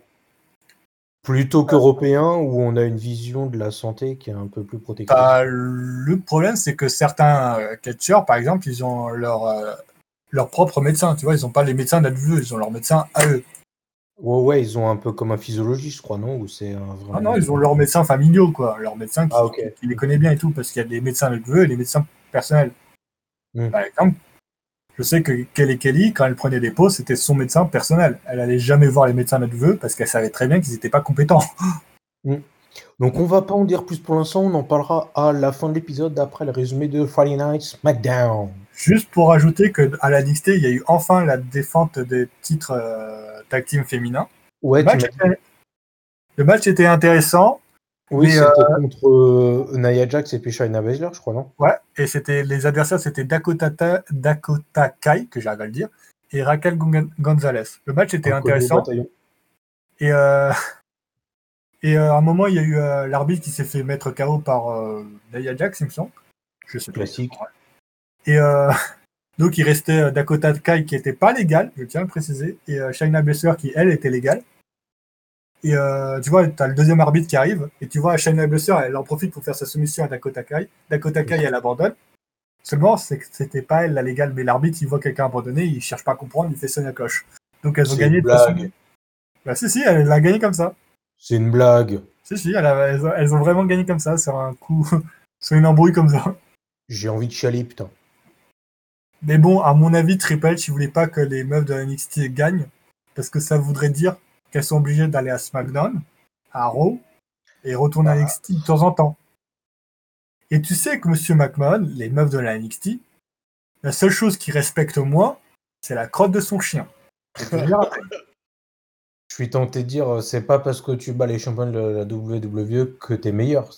S1: plutôt qu'européens où on a une vision de la santé qui est un peu plus protectrice.
S2: Bah, le problème, c'est que certains euh, catcheurs, par exemple, ils ont leur, euh, leur propre médecin. Tu vois, ils n'ont pas les médecins de la WWE, ils ont leur médecin à eux.
S1: Ouais, ouais, ils ont un peu comme un physiologiste, je crois, non Ou c'est un vrai-
S2: Ah non, ils ont leurs médecins familiaux, quoi. Leurs médecins qui,
S1: Ah, ok.
S2: qui les connaît bien et tout, parce qu'il y a des médecins de la WWE et des médecins personnels.
S1: Mm.
S2: Par exemple, je sais que Kelly Kelly, quand elle prenait des pauses, c'était son médecin personnel. Elle allait jamais voir les médecins de la WWE parce qu'elle savait très bien qu'ils n'étaient pas compétents.
S1: Donc on va pas en dire plus pour l'instant, on en parlera à la fin de l'épisode après le résumé de Friday Night SmackDown.
S2: Juste pour ajouter que à la NXT, il y a eu enfin la défense des titres euh, tag team féminin.
S1: Ouais,
S2: Le
S1: tu m'as
S2: match,
S1: dit-
S2: était, le match était intéressant,
S1: oui,
S2: mais,
S1: c'était contre euh, Nia Jax et puis Shayna Baszler, je crois, non
S2: ouais, et c'était les adversaires, c'était Dakota, Ta- Dakota Kai, que j'arrive à le dire, et Raquel Gon- Gonzalez. Le match était
S1: Contre
S2: intéressant.
S1: le bataillon.
S2: Et, euh, et euh, à un moment, il y a eu euh, l'arbitre qui s'est fait mettre KO par euh, Nia Jax, il me semble. Je sais pas.
S1: Classique.
S2: Et euh, donc, il restait euh, Dakota Kai qui n'était pas légale, je tiens à le préciser, et euh, Shayna Baszler qui, elle, était légale. Et euh, tu vois, tu as le deuxième arbitre qui arrive, et tu vois, Shayna Baszler, elle en profite pour faire sa soumission à Dakota Kai. Dakota Kai, elle abandonne. Seulement, c'est que c'était pas elle la légale, mais l'arbitre, il voit quelqu'un abandonner, il cherche pas à comprendre, il fait sonner la cloche. Donc, elles ont
S1: C'est
S2: gagné.
S1: une
S2: de façon-
S1: blague.
S2: Bah, si, si, elle a gagné comme ça.
S1: C'est une blague.
S2: Si, si, elle a- elles, ont, elles ont vraiment gagné comme ça, sur un coup, sur une embrouille comme ça.
S1: J'ai envie de chialer, putain.
S2: Mais bon, à mon avis, Triple H, il voulait pas que les meufs de la NXT gagnent, parce que ça voudrait dire qu'elles sont obligées d'aller à SmackDown, à Raw, et retourner à
S1: Bah.
S2: NXT de temps en temps. Et tu sais que Monsieur McMahon, les meufs de la NXT, la seule chose qu'ils respectent au moins, c'est la crotte de son chien. Et tu verras.
S1: Je suis tenté de dire, euh, c'est pas parce que tu bats les champions de la WWE que t'es meilleur.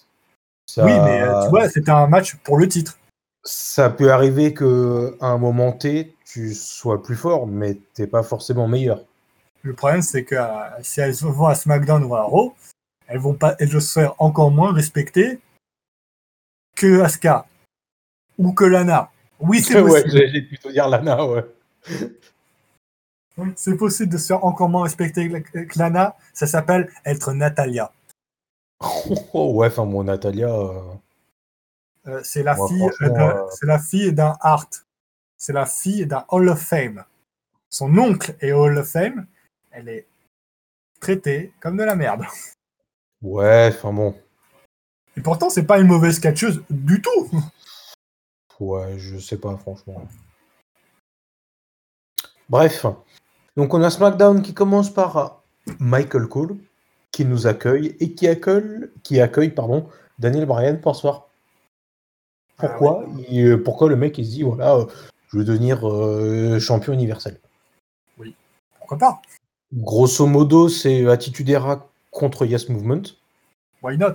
S1: Ça-
S2: oui, mais euh, tu vois, c'était un match pour le titre.
S1: ça peut arriver que à un moment T, tu sois plus fort, mais t'es pas forcément meilleur.
S2: Le problème, c'est que euh, si elles vont à SmackDown ou à Raw, elles vont pas, elles vont se faire encore moins respecter que Asuka ou que Lana. Oui, c'est
S1: Ouais,
S2: possible.
S1: j'allais plutôt dire Lana, ouais.
S2: C'est possible de se faire encore moins respecter que que Lana. Ça s'appelle être Natalia.
S1: Oh, ouais, enfin, mon Natalia. euh,
S2: Euh, c'est la,
S1: Ouais,
S2: fille
S1: franchement,
S2: d'un-
S1: euh,
S2: c'est la fille d'un Hart. C'est la fille d'un Hall of Fame. Son oncle est Hall of Fame. Elle est traitée comme de la merde.
S1: Ouais, enfin bon.
S2: Et pourtant, c'est pas une mauvaise catcheuse du tout.
S1: Ouais, je sais pas, franchement. Bref. Donc, on a SmackDown qui commence par euh, Michael Cole, qui nous accueille et qui accueille, qui accueille pardon, Daniel Bryan pour ce soir. Pourquoi, il- euh, pourquoi le mec il se dit voilà, euh, je veux devenir euh, champion universel
S2: Pourquoi pas?
S1: Grosso modo, c'est Attitude Era contre Yes Movement.
S2: Why not?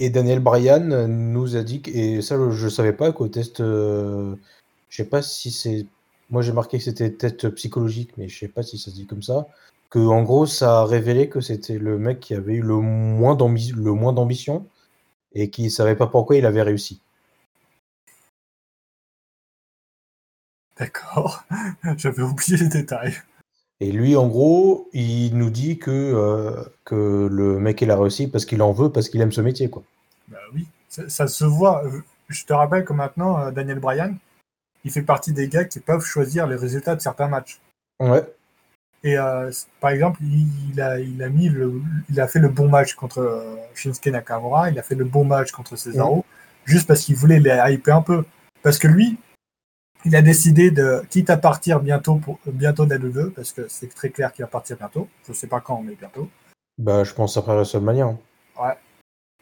S1: Et Daniel Bryan nous a dit, que- et ça je ne savais pas, qu'au test, euh, je sais pas si c'est. Moi j'ai marqué que c'était test psychologique, mais je sais pas si ça se dit comme ça. Que en gros, ça a révélé que c'était le mec qui avait eu le moins d'ambi- le moins d'ambition et qui savait pas pourquoi il avait réussi.
S2: D'accord, j'avais oublié les détails.
S1: Et lui, en gros, il nous dit que, euh, que le mec il a réussi parce qu'il en veut, parce qu'il aime ce métier, quoi.
S2: Bah oui, ça, ça se voit. Je te rappelle que maintenant, euh, Daniel Bryan, il fait partie des gars qui peuvent choisir les résultats de certains matchs.
S1: Ouais.
S2: Et euh, par exemple, il, il a, il, a mis le, il a fait le bon match contre euh, Shinsuke Nakamura, il a fait le bon match contre Cesaro, juste parce qu'il voulait les hyper un peu. Parce que lui, il a décidé de, quitte à partir bientôt, pour, bientôt de la WWE, parce que c'est très clair qu'il va partir bientôt, je sais pas quand, mais bientôt.
S1: Bah, je pense après WrestleMania. hein.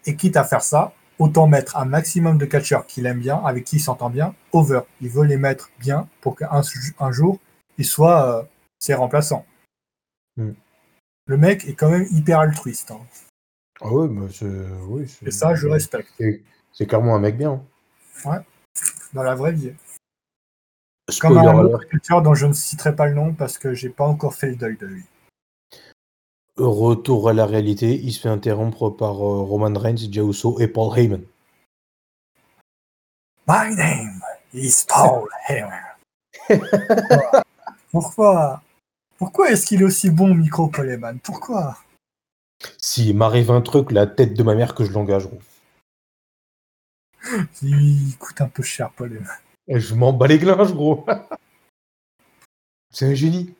S2: Et quitte à faire ça, autant mettre un maximum de catcheurs qu'il aime bien, avec qui il s'entend bien, over. Il veut les mettre bien pour qu'un ju- un jour, ils soient euh, ses remplaçants.
S1: Mm.
S2: Le mec est quand même hyper altruiste. hein.
S1: Ah oui, bah c'est. Oui, c'est-
S2: Et ça, je respecte,
S1: C'est- C'est clairement un mec bien. hein.
S2: dans la vraie vie. Comme
S1: Spoiler
S2: un autre
S1: alert,
S2: catcheur dont je ne citerai pas le nom parce que j'ai pas encore fait le deuil de lui.
S1: retour à la réalité, il se fait interrompre par euh, Roman Reigns, Jey Uso et Paul Heyman.
S2: My name is Paul Heyman. Pourquoi Pourquoi, Pourquoi est-ce qu'il est aussi bon au micro, Paul Heyman Pourquoi
S1: S'il m'arrive un truc, la tête de ma mère que je l'engage, gros.
S2: Il coûte un peu cher, Paul Heyman.
S1: Et je m'en bats les glinges, gros. c'est un génie.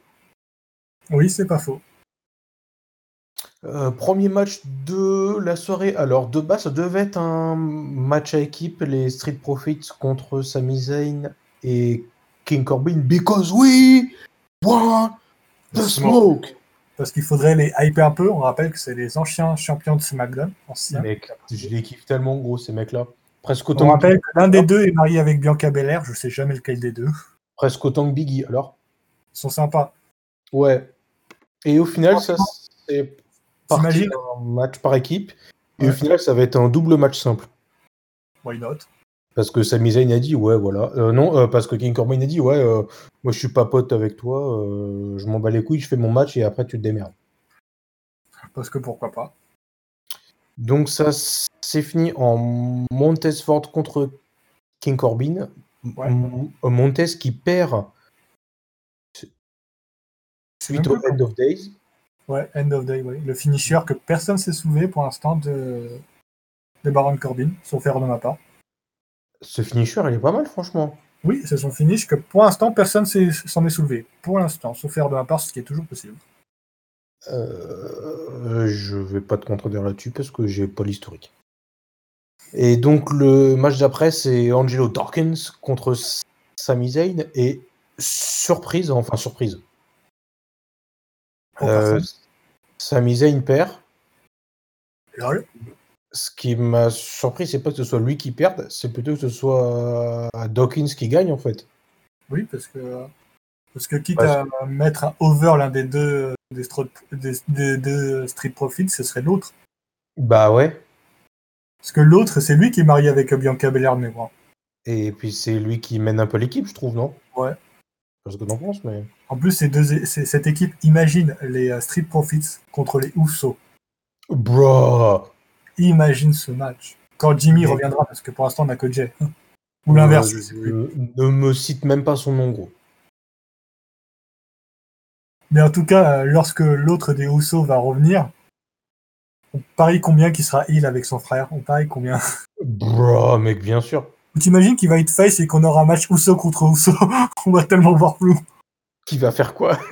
S2: Oui, c'est pas faux.
S1: Euh, premier match de la soirée. Alors, de base, ça devait être un match à équipe, les Street Profits contre Sami Zayn et King Corbin, because we want the smoke.
S2: Parce qu'il faudrait les hyper un peu. On rappelle que c'est les anciens champions de SmackDown. Anciens.
S1: Mec, je les kiffe tellement, gros, ces mecs-là. Presque
S2: On
S1: autant, que, Oh.
S2: rappelle que l'un des deux est marié avec Bianca Belair. Je sais jamais lequel des deux.
S1: presque autant que Biggie, alors.
S2: Ils sont sympas.
S1: Ouais. Et au final, ça, c'est parti
S2: T'imagines
S1: d'un match par équipe. Et au
S2: Ouais.
S1: final, ça va être un double match simple.
S2: Why not
S1: Parce que Sami Zayn a dit, ouais, voilà. Euh, non, euh, parce que King Corbin a dit, ouais, euh, moi je suis pas pote avec toi, euh, je m'en bats les couilles, je fais mon match et après tu te démerdes.
S2: Parce que pourquoi pas
S1: Donc ça, c'est fini en Montesford contre King Corbin.
S2: Ouais.
S1: M- euh, Montes qui perd
S2: C'est
S1: suite
S2: même
S1: au
S2: pas-
S1: End of Days.
S2: Ouais, End of Day, oui. Le finisher que personne s'est soulevé pour l'instant de... de Baron Corbin, sauf faire de ma part.
S1: Ce finisher, il est pas mal, franchement.
S2: Oui, c'est son finish que pour l'instant personne s'est- s'en est soulevé. Pour l'instant, sauf faire de ma part, ce qui est toujours possible.
S1: Euh, je vais pas te contredire là-dessus parce que j'ai pas l'historique. Et donc le match d'après, c'est Angelo Dawkins contre S- Sami Zayn et surprise, enfin surprise,
S2: Pour
S1: euh,
S2: personne.
S1: Sami Zayn perd.
S2: Lol.
S1: Ce qui m'a surpris, c'est pas que ce soit lui qui perde, c'est plutôt que ce soit euh, Dawkins qui gagne en fait.
S2: Oui, parce que parce que quitte
S1: Parce
S2: à mettre un over l'un des deux des, stro- des, des deux Street Profits, ce serait l'autre.
S1: Bah ouais.
S2: Parce que l'autre, c'est lui qui est marié avec Bianca Belair de mémoire.
S1: Et puis c'est lui qui mène un peu l'équipe, je trouve, non
S2: Ouais.
S1: Parce que t'en penses, mais.
S2: En plus, ces deux, c'est- cette équipe, imagine les euh, Street Profits contre les Usos.
S1: Bro
S2: Imagine ce match. Quand Jimmy
S1: Mais-
S2: reviendra, parce que pour l'instant, on n'a que Jay. Ou l'inverse. je sais plus.
S1: Euh, Ne me cite même pas son nom, gros.
S2: Mais en tout cas, euh, lorsque l'autre des Rousseau va revenir, on parie combien qu'il sera heal avec son frère. On parie combien.
S1: Bro, mec, bien sûr.
S2: T'imagines qu'il va être face et qu'on aura un match Rousseau contre Rousseau. on va tellement voir flou.
S1: Qui va faire quoi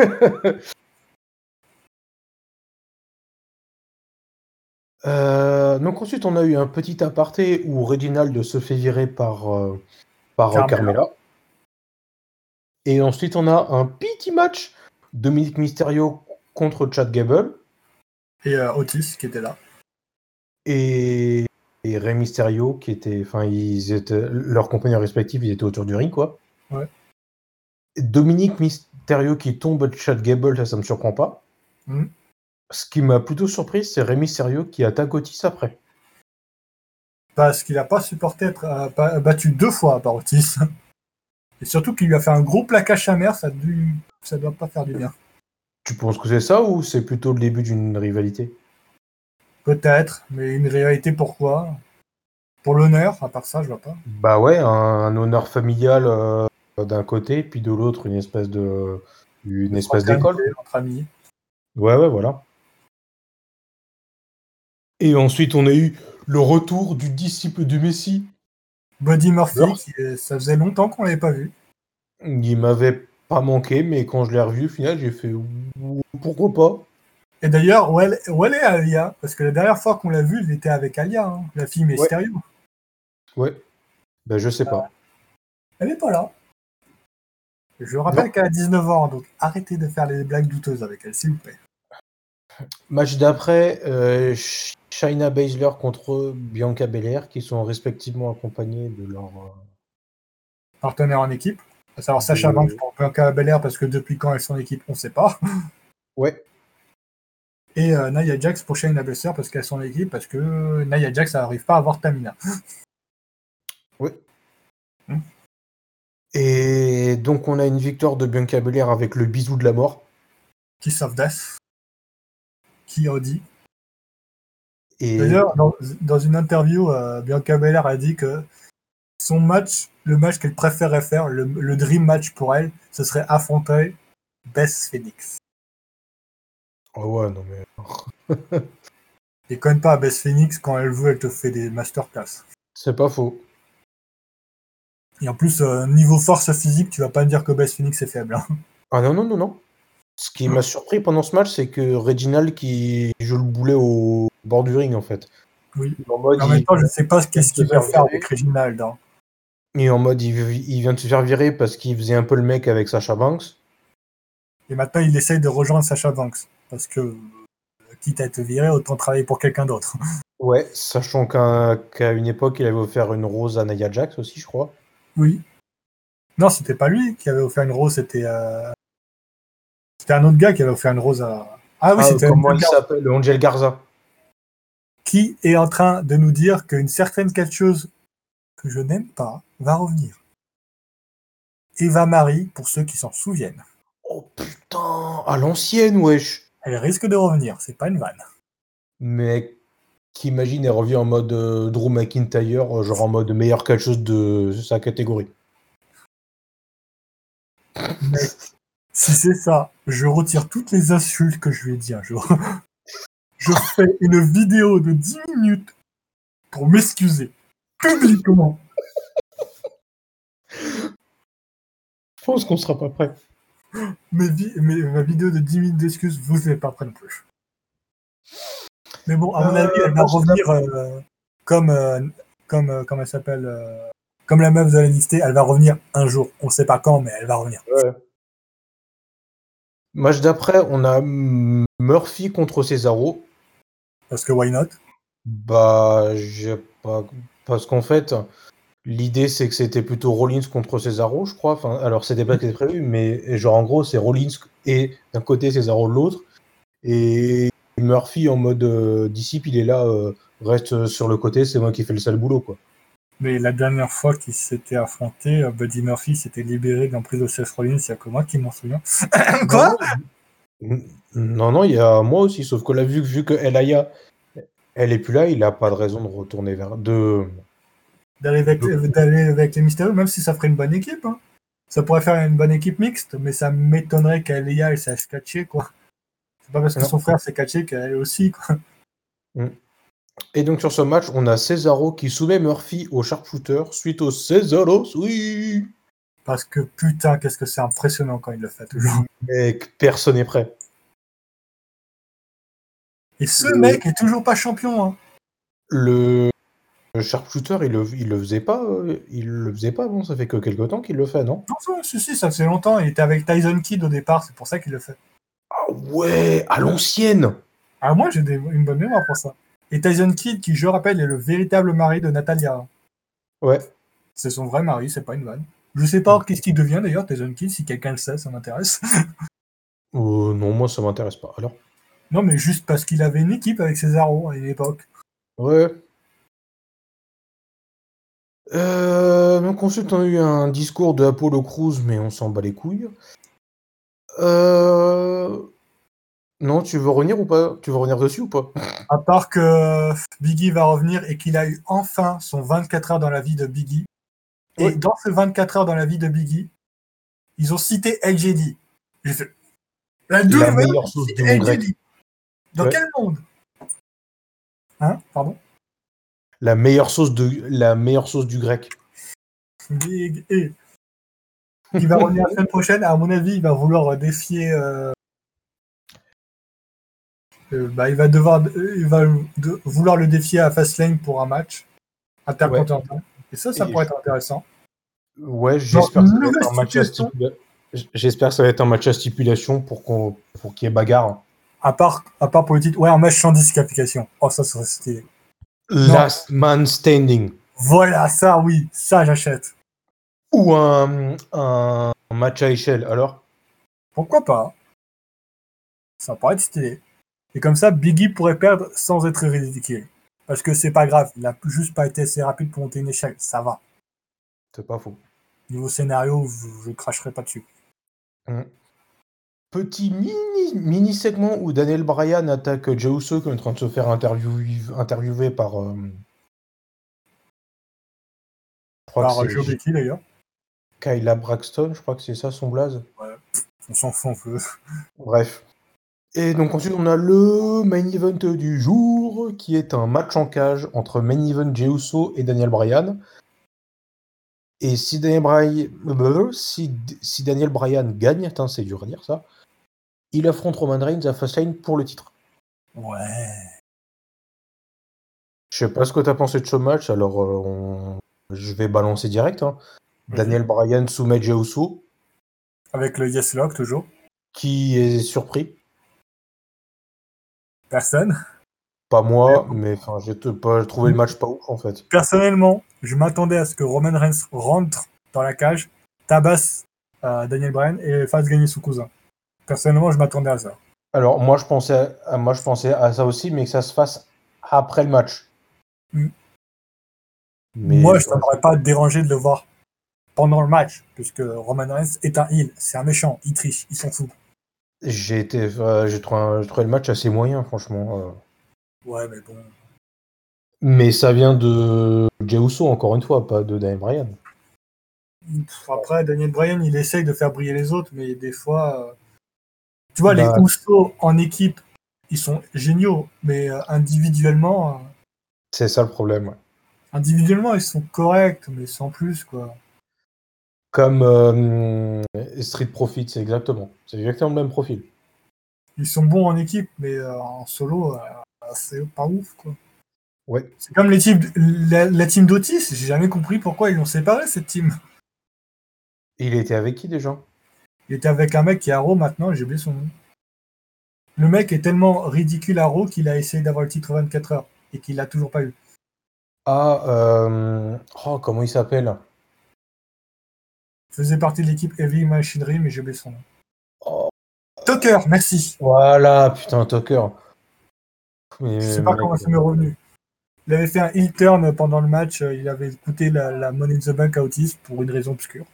S1: Euh, donc ensuite on a eu un petit aparté où Reginald se fait virer par, euh, par euh,
S2: Carmella.
S1: Carmella. Et ensuite on a un petit match Dominique Mysterio contre Chad Gable
S2: Et euh, Otis qui était là.
S1: et, et Rey Mysterio qui était, enfin ils étaient, leurs compagnons respectifs ils étaient autour du ring quoi.
S2: Ouais.
S1: Dominique Mysterio qui tombe Chad Gable ça ça me surprend pas.
S2: Mhm.
S1: Ce qui m'a plutôt surpris c'est Rey Mysterio qui attaque Otis après.
S2: Parce qu'il n'a pas supporté être euh, pas- battu deux fois par Otis. Et surtout qu'il lui a fait un gros plaquage à mer, ça ne ça doit pas faire du bien.
S1: Tu penses que c'est ça ou c'est plutôt le début d'une rivalité
S2: Peut-être, mais une réalité pourquoi Pour l'honneur, à part ça, je vois pas.
S1: Bah ouais, un, un honneur familial euh, d'un côté puis de l'autre une espèce de une espèce d'école.
S2: Fraternité Entre amis.
S1: Ouais, ouais, voilà. Et ensuite, on a eu le retour du disciple du Messie.
S2: Buddy Murphy,
S1: Alors
S2: qui est- ça faisait longtemps qu'on l'avait pas vu.
S1: Il m'avait pas manqué, mais quand je l'ai revu au final, j'ai fait pourquoi pas.
S2: Et d'ailleurs, où, elle- où elle est Alia Parce que la dernière fois qu'on l'a vue, elle était avec Alia, hein, la fille mystérieuse.
S1: Ouais. Ben je sais pas.
S2: Elle n'est pas là. Je rappelle qu'elle a 19 ans, donc arrêtez de faire les blagues douteuses avec elle, s'il vous plaît.
S1: Match d'après, euh, Shaina Baszler contre Bianca Belair, qui sont respectivement accompagnés de leur. euh,
S2: Partenaire en équipe. À savoir Sacha
S1: Euh.
S2: Banks pour Bianca Belair, parce que depuis quand elles sont en équipe, on ne sait pas.
S1: Ouais.
S2: Et euh, Nia Jax pour Shayna Baszler, parce qu'elles sont en équipe, parce que Nia Jax n'arrive pas à avoir Tamina.
S1: Et donc on a une victoire de Bianca Belair avec le bisou de la mort.
S2: Qui sauve Death. Qui a dit
S1: Et
S2: D'ailleurs, dans, dans une interview, euh, Bianca Belair a dit que son match, le match qu'elle préférait faire, le, le dream match pour elle, ce serait affronter Beth Phoenix.
S1: Ah ouais, non mais.
S2: Et conne pas Beth Phoenix, quand elle veut, elle te fait des masterclass.
S1: C'est pas faux.
S2: Et en plus, euh, niveau force physique, tu vas pas me dire que Beth Phoenix est faible. hein.
S1: Ah non, non, non, non. Ce qui
S2: Ah.
S1: m'a surpris pendant ce match, c'est que Reginald qui joue le boulet au bord du ring en fait.
S2: Oui.
S1: Il est En mode,
S2: En
S1: il-
S2: même temps, je sais pas ce qu'est-ce qu'il va
S1: se
S2: faire
S1: faire
S2: avec Reginald. hein.
S1: il est en mode, il, il vient de se faire virer parce qu'il faisait un peu le mec avec Sacha Banks.
S2: Et maintenant, il essaye de rejoindre Sacha Banks. Parce que, euh, quitte à te virer, autant travailler pour quelqu'un d'autre.
S1: Ouais. Sachant qu'un- qu'à une époque, il avait offert une rose à Nia Jax aussi, je crois.
S2: Oui. Non, c'était pas lui qui avait offert une rose, c'était euh, c'était un autre gars qui avait offert une rose à. Ah oui,
S1: Ah,
S2: c'était
S1: comment
S2: un
S1: il
S2: gars
S1: s'appelle Angel Garza.
S2: qui est en train de nous dire qu'une certaine catcheuse que je n'aime pas va revenir. Eva Marie, pour ceux qui s'en souviennent.
S1: Oh putain, à l'ancienne, wesh.
S2: Elle risque de revenir, c'est pas une vanne.
S1: Mais qu'imagine, elle revient en mode euh, Drew McIntyre, euh, genre en mode meilleur quelque chose de sa catégorie.
S2: Si c'est ça, je retire toutes les insultes que je lui ai dit un jour. Je fais une vidéo de 10 minutes pour m'excuser publiquement
S1: Je pense qu'on sera pas prêt.
S2: Mes vi- mes- ma vidéo de 10 minutes d'excuses, vous n'êtes pas prête non plus. Mais bon, à mon
S1: Euh,
S2: avis, elle va
S1: moi, je
S2: revenir euh, comme, euh, comme, euh, comme elle s'appelle, euh, comme la meuf de la listée, elle va revenir un jour. On ne sait pas quand, mais elle va revenir.
S1: Match d'après, on a M- Murphy contre Cesaro.
S2: Parce que why not
S1: Bah, j'ai pas. Parce qu'en fait, l'idée c'est que c'était plutôt Rollins contre Cesaro, je crois. Enfin, alors, c'était pas que c'était prévu, mais genre en gros, c'est Rollins et d'un côté Cesaro de l'autre. Et Murphy en mode euh, disciple, il est là, euh, reste sur le côté, c'est moi qui fais le sale boulot, quoi.
S2: Mais la dernière fois qu'ils s'étaient affrontés, euh, Buddy Murphy s'était libéré de l'emprise de Seth Rollins, il n'y a que moi qui m'en souviens. Quoi
S1: Non, non, il y a moi aussi, sauf que là, vu, que- vu que Elaya, elle est plus là, il a pas de raison de retourner vers. de
S2: D'aller avec, d'aller avec les mystérieux, même si ça ferait une bonne équipe. hein. Ça pourrait faire une bonne équipe mixte, mais ça m'étonnerait qu'Alia elle sache catcher, quoi. C'est pas parce que
S1: Non.
S2: son frère s'est catché qu'elle aussi, quoi.
S1: Et donc sur ce match, on a Cesaro qui soumet Murphy au sharpshooter suite au Cesaro oui
S2: Parce que putain, qu'est-ce que c'est impressionnant quand il le fait toujours.
S1: Mec, personne n'est prêt.
S2: Et ce
S1: Le-
S2: mec est toujours pas champion, hein.
S1: Le, le sharpshooter, il le, il le faisait pas, euh, il le faisait pas avant. Ça fait que quelques temps qu'il le fait, non
S2: Non, non, si, si, ça fait longtemps. Il était avec Tyson Kidd au départ, c'est pour ça qu'il le fait.
S1: Ah ouais, à l'ancienne.
S2: Ah, moi, j'ai des- une bonne mémoire pour ça. Et Tyson Kidd, qui, je rappelle, est le véritable mari de Natalia.
S1: Ouais.
S2: C'est son vrai mari, c'est pas une vanne. Je sais pas qu'est-ce qu'il devient d'ailleurs, Tyson Kidd, si quelqu'un le sait, ça m'intéresse.
S1: Euh, non, moi ça m'intéresse pas. Alors.
S2: Non, mais juste parce qu'il avait une équipe avec Cesaro à une époque.
S1: Ouais. Euh, donc ensuite, on a eu un discours de Apollo Crews, mais on s'en bat les couilles. Euh... Non, tu veux revenir ou pas Tu veux revenir dessus ou pas
S2: À part que Biggie va revenir et qu'il a eu enfin son 24 heures dans la vie de Biggie. Et
S1: Ouais.
S2: dans ces 24 heures dans la vie de Biggie, ils ont cité LGD. J'ai fait. La,
S1: La
S2: nouvelle
S1: meilleure sauce du monde grec.
S2: LGD. Dans
S1: Ouais.
S2: quel monde Hein Pardon
S1: La meilleure sauce de la meilleure sauce du grec.
S2: Big E. Il va revenir la semaine prochaine. À mon avis, il va vouloir défier. euh, euh, bah, il va devoir, euh, il va de- vouloir le défier à Fastlane pour un match intercontinental. Et ça, ça
S1: Et
S2: pourrait
S1: je-
S2: être intéressant.
S1: Ouais, j'espère que ça va
S2: nouvelle
S1: être un match à
S2: stipulation.
S1: stipula- J'espère que ça va être un match à stipulation pour qu'on pour qu'il y ait bagarre.
S2: À part, à part pour le titre, ouais, un match sans disqualification. Oh, ça serait stylé.
S1: Last man standing.
S2: Voilà, ça, oui, ça, j'achète.
S1: Ou un, un match à échelle. Alors,
S2: Pourquoi pas Ça pourrait être stylé. Et comme ça, Biggie pourrait perdre sans être ridicule. Parce que c'est pas grave, il a juste pas été assez rapide pour monter une échelle, ça va.
S1: c'est pas faux.
S2: Niveau scénario, je, je cracherai pas dessus.
S1: Petit mini, mini segment où Daniel Bryan attaque Jey Uso qui est en train de se faire interviewer, interviewer par. euh, je crois
S2: Par euh,
S1: que
S2: Joe
S1: c'est
S2: Becky d'ailleurs.
S1: Kyla Braxton, je crois que c'est ça son blaze.
S2: On s'en fout un peu.
S1: Bref. Et donc ensuite on a le main event du jour qui est un match en cage entre main event Jey Uso et Daniel Bryan. Et si Daniel Bryan, blablabla, si, si Daniel Bryan gagne, putain, c'est dur à dire ça, il affronte Roman Reigns à Fastlane pour le titre.
S2: Ouais.
S1: Je sais pas ce que t'as pensé de ce match, alors euh, on- je vais balancer direct. hein.
S2: Vas-y.
S1: Daniel Bryan soumet Jey Uso,
S2: Avec le Yes Lock toujours.
S1: qui est surpris.
S2: Personne.
S1: Pas moi, mais enfin, j'ai t- pas trouvé le match pas ouf en fait.
S2: Personnellement, je m'attendais à ce que Roman Reigns rentre dans la cage, tabasse euh, Daniel Bryan et fasse gagner son cousin. Personnellement, je m'attendais à ça.
S1: Alors moi je pensais à, à- moi je pensais à ça aussi, mais que ça se fasse après le match.
S2: Mm.
S1: Mais
S2: Moi, je ne m'aurais pas dérangé de le voir pendant le match, puisque Roman Reigns est un heel, c'est un méchant, il triche, il s'en fout.
S1: j'ai été, euh, j'ai trouvé, un- j'ai trouvé le match assez moyen franchement. euh.
S2: Ouais, mais bon.
S1: Mais ça vient de Jey Uso encore une fois, pas de Daniel Bryan.
S2: Pff, Après, Daniel Bryan, il essaye de faire briller les autres, mais des fois. euh, Tu vois,
S1: Bah.
S2: les Usos en équipe, ils sont géniaux, mais euh, individuellement, euh,
S1: C'est ça le problème. ouais.
S2: individuellement, ils sont corrects, mais sans plus, quoi.
S1: Comme euh, Street Profit, c'est exactement, c'est exactement le même profil.
S2: Ils sont bons en équipe, mais euh, en solo, euh, c'est pas ouf, quoi.
S1: Ouais.
S2: C'est comme les types, la, la team d'Otis, j'ai jamais compris pourquoi ils l'ont séparé, cette team.
S1: Il était avec qui déjà
S2: Il était avec un mec qui est à Raw maintenant, j'ai oublié son nom. Le mec est tellement ridicule à Raw qu'il a essayé d'avoir le titre 24 heures et qu'il l'a toujours pas eu.
S1: Ah, euh, oh, comment il s'appelle
S2: Il faisait partie de l'équipe Heavy Machinery, mais j'ai oublié son nom.
S1: Oh,
S2: Tucker, merci.
S1: Voilà, putain, Tucker. Mais, euh,
S2: Je sais pas
S1: mec,
S2: comment ça m'est revenu. Il avait fait un heel turn pendant le match, euh, il avait coûté la, la Money in the Bank à Otis pour une raison obscure.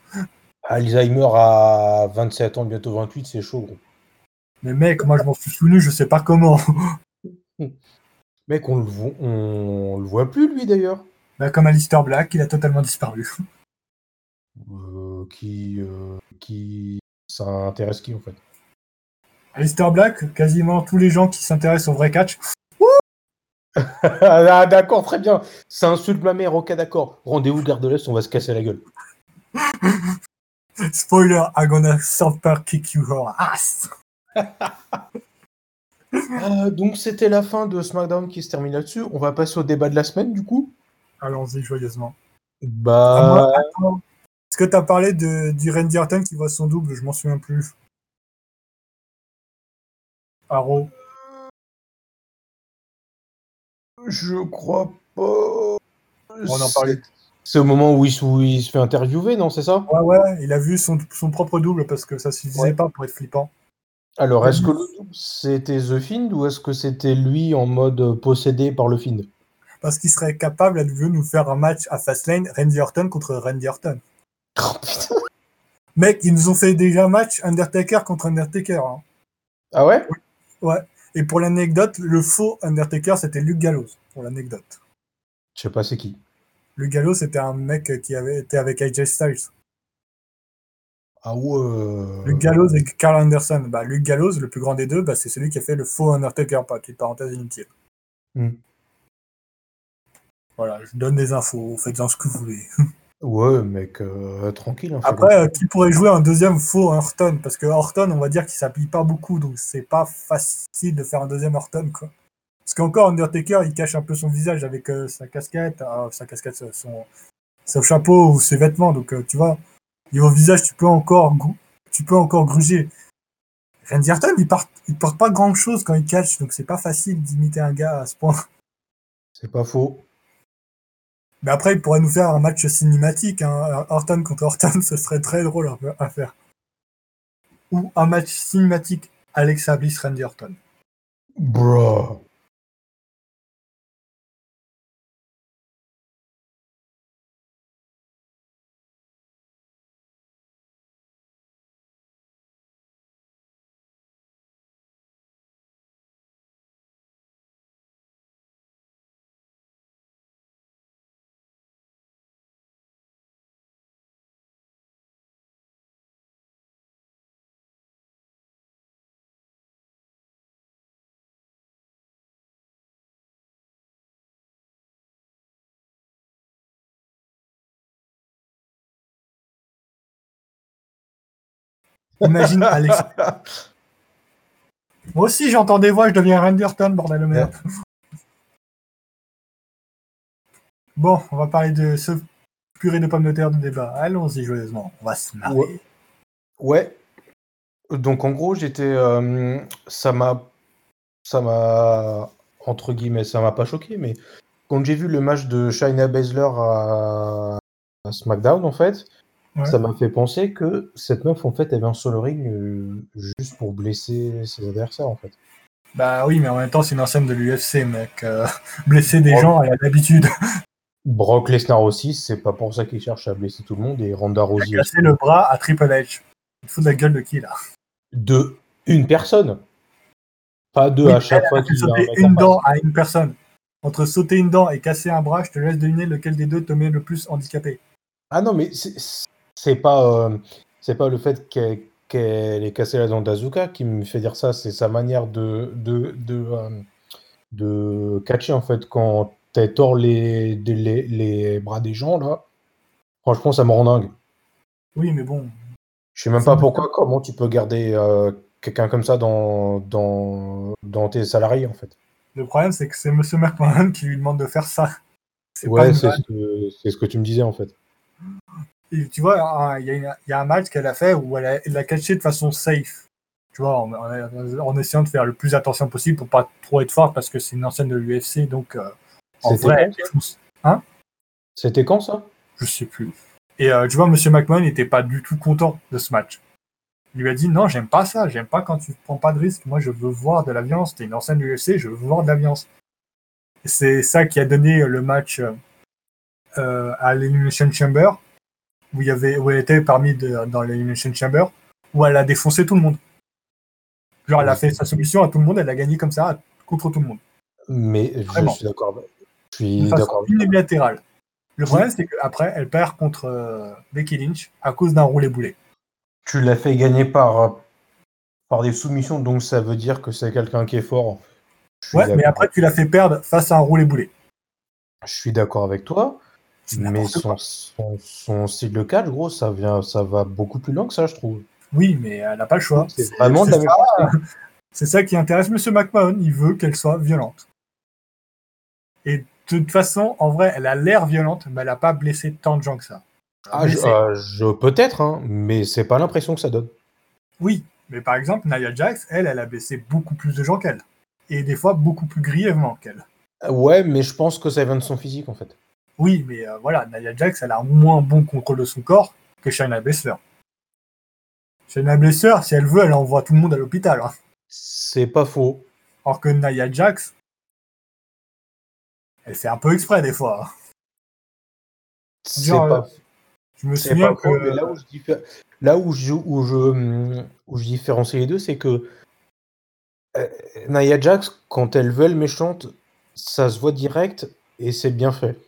S1: Alzheimer à 27 ans, bientôt 28, c'est chaud. Gros.
S2: Mais mec, moi je m'en suis souvenu, je sais pas comment.
S1: Mec, on le voit, on le voit plus lui d'ailleurs.
S2: Bah, comme Alistair Black, il a totalement disparu.
S1: Euh, qui, euh, qui, ça intéresse qui en fait
S2: Alistair Black, quasiment tous les gens qui s'intéressent au vrai catch,
S1: Ah, D'accord, très bien. Ça insulte ma mère. Ok, d'accord. Rendez-vous garde de l'Est, on va se casser la gueule.
S2: spoiler, I'm gonna super kick your ass.
S1: Euh, donc c'était la fin de SmackDown qui se termine là-dessus. On va passer au débat de la semaine du coup.
S2: Allons-y joyeusement.
S1: Bah,
S2: Ah, moi, attends. Est-ce que t'as parlé de, du Randy Orton qui voit son double Je m'en souviens plus. Arrow.
S1: je crois pas.
S2: On en parlait.
S1: C'est au moment où il, se- où il se fait interviewer, non C'est ça
S2: Ouais, ouais, il a vu son, son propre double parce que ça suffisait
S1: Ouais.
S2: pas pour être flippant.
S1: Alors, est-ce que
S2: Mhm.
S1: le double, c'était The Find ou est-ce que c'était lui en mode possédé par le Find
S2: Parce qu'il serait capable, à nouveau, de nous faire un match à Fastlane, Randy Orton contre Randy Orton.
S1: Oh, putain.
S2: Mec, ils nous ont fait déjà un match Undertaker contre Undertaker. hein.
S1: Ah ouais
S2: Et pour l'anecdote, le faux Undertaker, c'était Luke Gallows, pour l'anecdote.
S1: Je sais pas c'est qui.
S2: Luke Gallows, c'était un mec qui avait été avec AJ Styles.
S1: Ah ouais
S2: Luke Gallows et Carl Anderson. Bah, Luke Gallows, le plus grand des deux, bah, c'est celui qui a fait le faux Undertaker, pas petite parenthèse inutile.
S1: Hmm.
S2: Voilà, je donne des infos, faites-en ce que vous voulez.
S1: Ouais, mec, euh, tranquille. hein, fais
S2: Après,
S1: comme-
S2: euh, qui pourrait jouer un deuxième faux Horton Parce que Horton, on va dire qu'il s'appuie pas beaucoup, donc c'est pas facile de faire un deuxième Horton, quoi. Parce qu'encore, Undertaker, il cache un peu son visage avec euh, sa casquette, euh, sa casquette, son- son, son chapeau ou ses vêtements, donc euh, tu vois, niveau visage, tu peux encore, grou- tu peux encore gruger. Randy Orton, il, part- il porte pas grand chose quand il cache, donc c'est pas facile d'imiter un gars à ce point.
S1: C'est pas faux.
S2: Mais après, il pourrait nous faire un match cinématique. Hein. Horton contre Horton, ce serait très drôle à, à faire. Ou un match cinématique Alexa Bliss Randy Orton.
S1: Bruh.
S2: Imagine Alexa. Moi aussi, j'entends des voix, je deviens Randy Orton, bordel de merde. bon, on va parler de ce purée de pommes de terre de débat. Allons-y joyeusement, on va se marrer.
S1: Ouais. Ouais. Donc en gros, j'étais. euh, ça m'a. Ça m'a. Entre guillemets, ça m'a pas choqué, mais quand j'ai vu le match de Shayna Baszler à, à SmackDown, en fait,
S2: Ouais.
S1: ça m'a fait penser que cette meuf, en fait, avait un solo ring euh, juste pour blesser ses adversaires, en fait.
S2: Bah oui, mais en même temps, c'est une ancienne de l'UFC, mec. Euh, blesser des
S1: Oh.
S2: gens, elle a l'habitude.
S1: Brock Lesnar aussi, c'est pas pour ça qu'il cherche à blesser tout le monde, et Ronda Rousey aussi.
S2: Casser le bras à Triple H. Il te fout de la gueule de qui, là
S1: de une personne. Pas deux
S2: Oui,
S1: à chaque fois qu'il y a un
S2: sauter
S1: mec à
S2: une
S1: face.
S2: dent à une personne. Entre sauter une dent et casser un bras, je te laisse deviner lequel des deux te met le plus handicapé.
S1: Ah non, mais c'est- c'est pas, euh, c'est pas le fait qu'elle qu'elle ait cassé la dent d'Azuka qui me fait dire ça, c'est sa manière de, de, de, euh, de catcher en fait. Quand elle tord les, des- les, les bras des gens, là, franchement, ça me rend dingue.
S2: Oui, mais bon.
S1: Je sais même pas pourquoi, comment tu peux garder euh, quelqu'un comme ça dans, dans, dans tes salariés en fait.
S2: Le problème, c'est que c'est Monsieur McMahon qui lui demande de faire ça. C'est pas
S1: Ouais,
S2: une
S1: c'est
S2: vanne.
S1: ce, que- c'est ce que tu me disais en fait.
S2: Et tu vois, hein, il y, a une- il y a un match qu'elle a fait où elle a- elle l'a catché de façon safe. Tu vois, en, en- en essayant de faire le plus attention possible pour pas trop être forte parce que c'est une ancienne de l'UFC, donc euh, en
S1: C'était
S2: vrai,
S1: quand,
S2: elle défonce.
S1: C'était quand ça
S2: je sais plus. Et euh, tu vois, Monsieur McMahon n'était pas du tout content de ce match. Il lui a dit non, j'aime pas ça, j'aime pas quand tu prends pas de risque. Moi, je veux voir de la violence. T'es une ancienne de l'UFC, je veux voir de la violence. Et C'est ça qui a donné euh, le match euh, euh, à l'Elimination Chamber, où il y avait, où elle était parmi de- dans l'Elimination Chamber, où elle a défoncé tout le monde. Genre, elle a fait sa solution à tout le monde, elle a gagné comme ça contre tout le monde,
S1: Mais je
S2: Vraiment.
S1: suis d'accord. avec- Je
S2: de
S1: suis d'accord.
S2: façon
S1: avec-
S2: unilatérale. Le problème, c'est qu'après, elle perd contre euh, Becky Lynch à cause d'un roulé-boulet.
S1: Tu l'as fait gagner par, euh, par des soumissions, donc ça veut dire que c'est quelqu'un qui est fort. Je suis
S2: Ouais, mais
S1: d'accord-
S2: après, tu l'as fait perdre face à un roulé-boulet.
S1: Je suis d'accord avec toi,
S2: C'est
S1: mais
S2: n'importe quoi.
S1: son, son, son style de catch, gros, ça, vient, ça va beaucoup plus loin que ça, je trouve.
S2: Oui, mais elle n'a pas le choix.
S1: C'est vraiment de la
S2: c'est
S1: même
S2: ça.
S1: chose.
S2: C'est ça qui intéresse M. McMahon. Il veut qu'elle soit violente. Et de toute façon, en vrai, elle a l'air violente, mais elle n'a pas blessé tant de gens que ça. Elle a
S1: Ah, je,
S2: blessé.
S1: euh, je- peut-être, hein, mais c'est pas l'impression que ça donne.
S2: Oui, mais par exemple, Nia Jax, elle, elle a blessé beaucoup plus de gens qu'elle. Et des fois, beaucoup plus grièvement qu'elle.
S1: Ouais, mais je pense que ça vient de son physique, en fait.
S2: Oui, mais euh, voilà, Nia Jax, elle a un moins bon contrôle de son corps que Shayna Baszler. Shayna Baszler, si elle veut, elle envoie tout le monde à l'hôpital. hein.
S1: C'est pas faux.
S2: Alors que Nia Jax, elle fait un peu exprès des fois. hein.
S1: C'est
S2: Genre,
S1: pas
S2: Je me
S1: C'est
S2: souviens
S1: pas
S2: que.
S1: faux, mais là où je, diffé- là où je, où je, hum, où je différencie les deux, c'est que euh, Nia Jax, quand elle veut, elle méchante, ça se voit direct et c'est bien fait.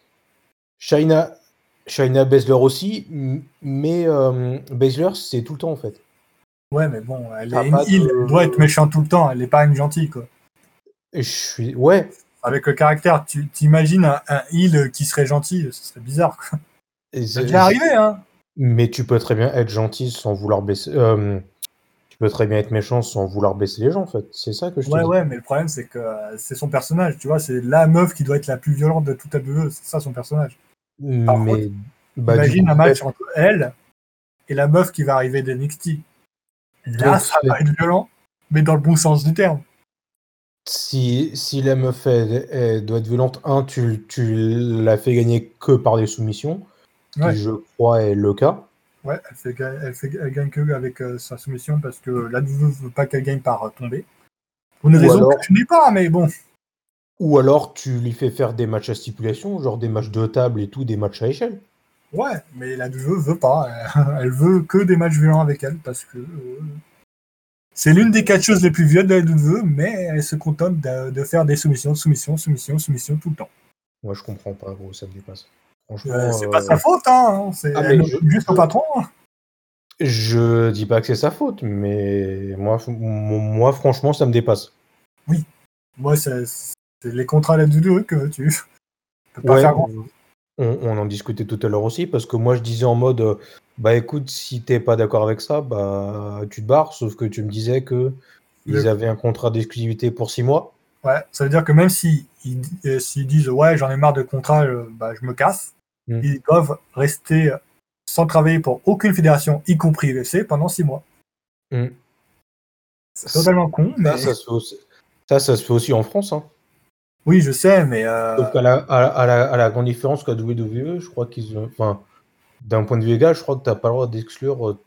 S1: Shaina, Shaina Baszler aussi, m- mais euh, Baszler, c'est tout le temps en fait.
S2: Ouais, mais bon, elle
S1: Ah,
S2: est une
S1: pas de-
S2: île, elle doit être méchante tout le temps, elle n'est pas une gentille, quoi.
S1: Et je suis. Ouais,
S2: Avec le caractère, tu t'imagines un, un heal qui serait gentil, ce serait bizarre, quoi.
S1: Et
S2: C'est
S1: c'est-
S2: déjà arrivé, hein
S1: Mais tu peux très bien être gentil sans vouloir baisser. euh, tu peux très bien être méchant sans vouloir baisser les gens, en fait. C'est ça que je te
S2: Ouais,
S1: dis.
S2: ouais, mais le problème, c'est que euh, c'est son personnage, tu vois. C'est la meuf qui doit être la plus violente de tout ABE, c'est ça son personnage. Par
S1: Mais
S2: contre,
S1: bah, du
S2: Imagine
S1: coup,
S2: un
S1: en fait,
S2: match entre elle et la meuf qui va arriver d'NXT. Là,
S1: donc,
S2: ça va être violent, mais dans le bon sens du terme.
S1: si, si la meuf elle, elle doit être violente, un, tu, tu la fais gagner que par des soumissions,
S2: Ouais.
S1: qui je crois est le cas.
S2: Ouais, elle, fait, ga- elle, fait, elle gagne que avec euh, sa soumission parce que la ne veut pas qu'elle gagne par euh, tomber. Pour une
S1: Ou
S2: raison
S1: alors-
S2: que je n'ai pas, mais bon.
S1: Ou alors tu lui fais faire des matchs à stipulation, genre des matchs de table et tout, des matchs à échelle.
S2: Ouais, mais la ne veut pas. Elle- Elle veut que des matchs violents avec elle parce que euh, c'est l'une des quatre choses les plus violentes de la WWE, mais elle se contente de, de faire des soumissions, soumissions, soumissions, soumissions tout le temps.
S1: Moi, je comprends pas, gros, ça me dépasse. Franchement,
S2: Euh, c'est pas
S1: euh,
S2: sa faute, hein. C'est
S1: Ah,
S2: elle
S1: mais
S2: est
S1: je-
S2: juste au patron. hein.
S1: Je dis pas que c'est sa faute, mais moi, f- mon- moi franchement, ça me dépasse.
S2: Moi, c'est c'est les contrats de la WWE que tu. Je peux pas
S1: Ouais,
S2: faire grand.
S1: on, on en discutait tout à l'heure aussi, parce que moi, je disais en mode, euh, bah écoute, si t'es pas d'accord avec ça, bah tu te barres, sauf que tu me disais que ils
S2: Le-
S1: avaient un contrat d'exclusivité pour six mois.
S2: Ouais, ça veut dire que même s'ils si, ils- euh, s'ils disent ouais, j'en ai marre de contrat, je, bah, je me casse,
S1: Mm.
S2: ils doivent rester euh, sans travailler pour aucune fédération, y compris UFC, pendant six mois.
S1: Mm.
S2: C'est totalement con, mais
S1: Ça, ça se fait aussi, ça, ça se fait aussi en France. Hein.
S2: oui, je sais, mais euh,
S1: Sauf qu'à la, à la- à la- à la grande différence qu'à WWE, E, je crois qu'ils ont- enfin, d'un point de vue légal, je crois que t'as pas le droit d'exclure euh,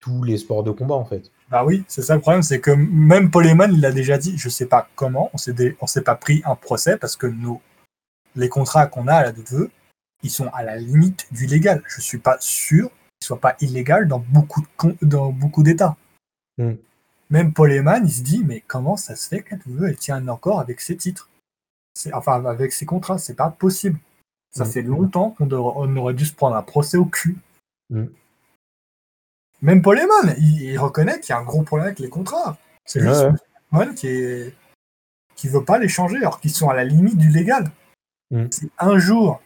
S1: tous les sports de combat, en fait.
S2: bah oui, c'est ça le problème, c'est que même Paul Heyman, il l'a déjà dit, je sais pas comment, on s'est dé- on s'est pas pris un procès parce que nos les contrats qu'on a à la WWE, ils sont à la limite du légal. Je suis pas sûr qu'ils soient pas illégaux dans beaucoup de con- dans beaucoup d'États.
S1: Mm.
S2: Même Paul Heyman, il se dit, mais comment ça se fait que la WWE elle tient encore avec ses titres C'est- Enfin, avec ses contrats, c'est pas possible. Ça
S1: Mm.
S2: fait longtemps qu'on devra- on aurait dû se prendre un procès au cul.
S1: Mm.
S2: Même Paul Heyman, il, il reconnaît qu'il y a un gros problème avec les contrats. C'est
S1: Ouais,
S2: juste
S1: ouais.
S2: Heyman qui est qui veut pas les changer alors qu'ils sont à la limite du légal.
S1: Mm.
S2: Si un jour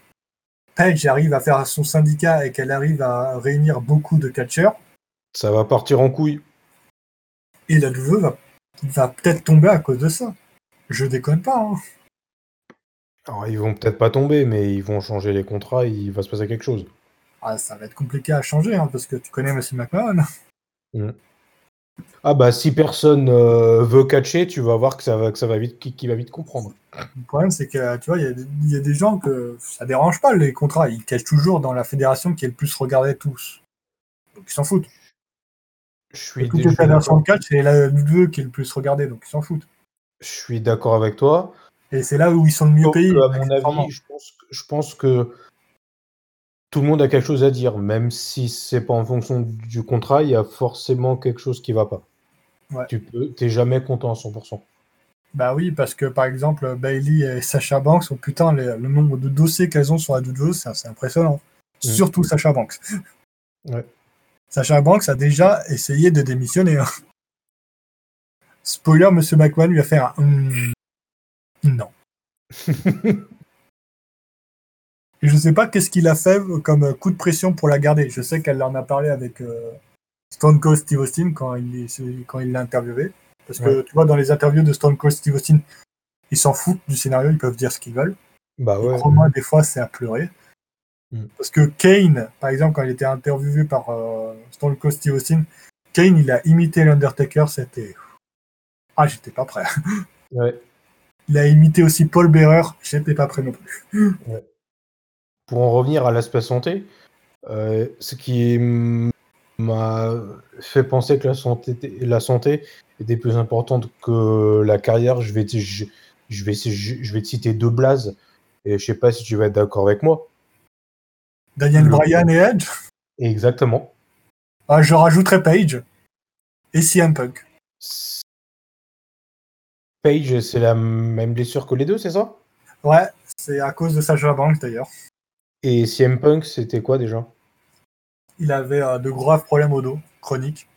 S2: Page arrive à faire son syndicat et qu'elle arrive à réunir beaucoup de catcheurs,
S1: Ça va partir en couille.
S2: et la WWE va, va peut-être tomber à cause de ça. Je déconne pas. hein.
S1: Alors, ils vont peut-être pas tomber, mais ils vont changer les contrats, il va se passer quelque chose.
S2: Ah, ça va être compliqué à changer hein, parce que tu connais Monsieur McMahon.
S1: Ah bah si personne euh, veut catcher, tu vas voir que ça va, que ça va vite, qui, qui va vite comprendre.
S2: Le problème, c'est que tu vois, il y a des- il y, a des gens que ça dérange pas les contrats. Ils cachent toujours dans la fédération qui est le plus regardée de tous. Donc ils s'en foutent.
S1: Je
S2: Et
S1: suis,
S2: toutes
S1: je
S2: les
S1: suis
S2: fédérations
S1: d'accord-
S2: de catch, c'est la WWE qui est le plus regardée, donc ils s'en foutent.
S1: je suis d'accord avec toi.
S2: Et c'est là où ils sont le mieux
S1: Sauf
S2: payés.
S1: que, à mon
S2: accessoirement.
S1: avis, je pense, que- je pense que tout le monde a quelque chose à dire, même si c'est pas en fonction du contrat, il y a forcément quelque chose qui va pas.
S2: Ouais.
S1: Tu peux, t'es jamais content à 100%.
S2: Bah oui, parce que par exemple, Bailey et Sacha Banks, oh putain, les- le nombre de dossiers qu'elles ont sur la WWE, c'est c'est impressionnant.
S1: Mm.
S2: Surtout Sacha Banks.
S1: Ouais.
S2: Sacha Banks a déjà essayé de démissionner. hein. Spoiler, Monsieur McMahon lui a fait un Hmm. non. Et je sais pas qu'est-ce qu'il a fait comme euh, coup de pression pour la garder. Je sais qu'elle en a parlé avec euh, Stone Cold Steve Austin quand il est- quand il l'a interviewé. Parce que tu vois, dans les interviews de Stone Cold Steve Austin, ils s'en foutent du scénario, ils peuvent dire ce qu'ils veulent.
S1: Bah
S2: Et
S1: ouais.
S2: Crois-moi, des fois, c'est à pleurer.
S1: Mm.
S2: Parce que Kane, par exemple, quand il était interviewé par euh, Stone Cold Steve Austin, Kane, il a imité l'Undertaker, c'était. Ah, j'étais pas prêt.
S1: ouais.
S2: Il a imité aussi Paul Bearer, j'étais pas prêt non plus.
S1: pour en revenir à l'aspect santé, euh, ce qui m- m'a fait penser que la santé, était- la santé était plus importante que la carrière, je vais, te- je, je vais, je vais te citer deux blazes, et je sais pas si tu vas être d'accord avec moi.
S2: Daniel
S1: Le-
S2: Bryan et Edge,
S1: Exactement.
S2: ah, je rajouterais Page et CM Punk.
S1: Page, c'est la même blessure que les deux, c'est ça
S2: Ouais, c'est à cause de Sacha Banks d'ailleurs.
S1: Et CM Punk, c'était quoi déjà
S2: Il avait euh, de graves problèmes au dos, chroniques.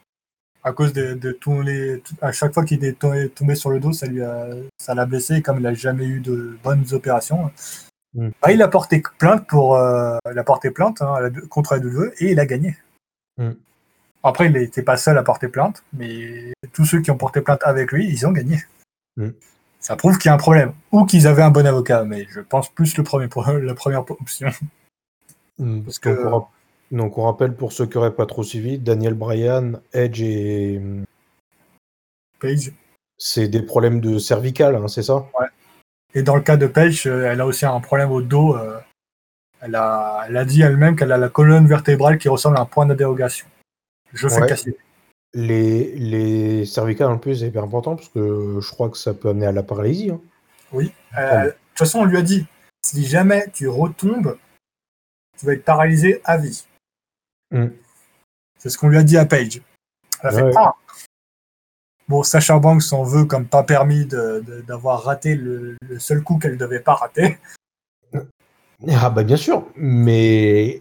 S2: À cause de, de tous les. tout- à chaque fois qu'il est tombé, tombé sur le dos, ça lui a, ça l'a blessé. Et comme il a jamais eu de bonnes opérations,
S1: Mm.
S2: Bah, il a porté plainte pour euh, il a porté plainte hein, à la- contre la WWE et il a gagné.
S1: Mm.
S2: Après, il n'était pas seul à porter plainte, mais tous ceux qui ont porté plainte avec lui, ils ont gagné.
S1: Mm.
S2: Ça prouve qu'il y a un problème ou qu'ils avaient un bon avocat, mais je pense plus le premier, pro- la première option.
S1: Mm.
S2: Parce
S1: Donc,
S2: que-
S1: on rap- donc, on rappelle pour ceux qui n'auraient pas trop suivi, Daniel Bryan, Edge et hmm,
S2: Page.
S1: c'est des problèmes de cervical, hein, c'est ça
S2: Et dans le cas de Page, euh, elle a aussi un problème au dos. euh, elle, a, elle a dit elle-même qu'elle a la colonne vertébrale qui ressemble à un point d'interrogation. Je fais
S1: Ouais.
S2: casser.
S1: les, les cervicales en plus c'est hyper important parce que je crois que ça peut amener à la paralysie. hein.
S2: Euh, de toute façon, on lui a dit si jamais tu retombes, tu vas être paralysé à vie.
S1: Mm.
S2: C'est ce qu'on lui a dit à Page. Elle a fait
S1: Ouais.
S2: Ah Bon, Sacha Banks s'en veut comme pas permis de- de- d'avoir raté le, le seul coup qu'elle devait pas rater.
S1: Ah bah bien sûr, mais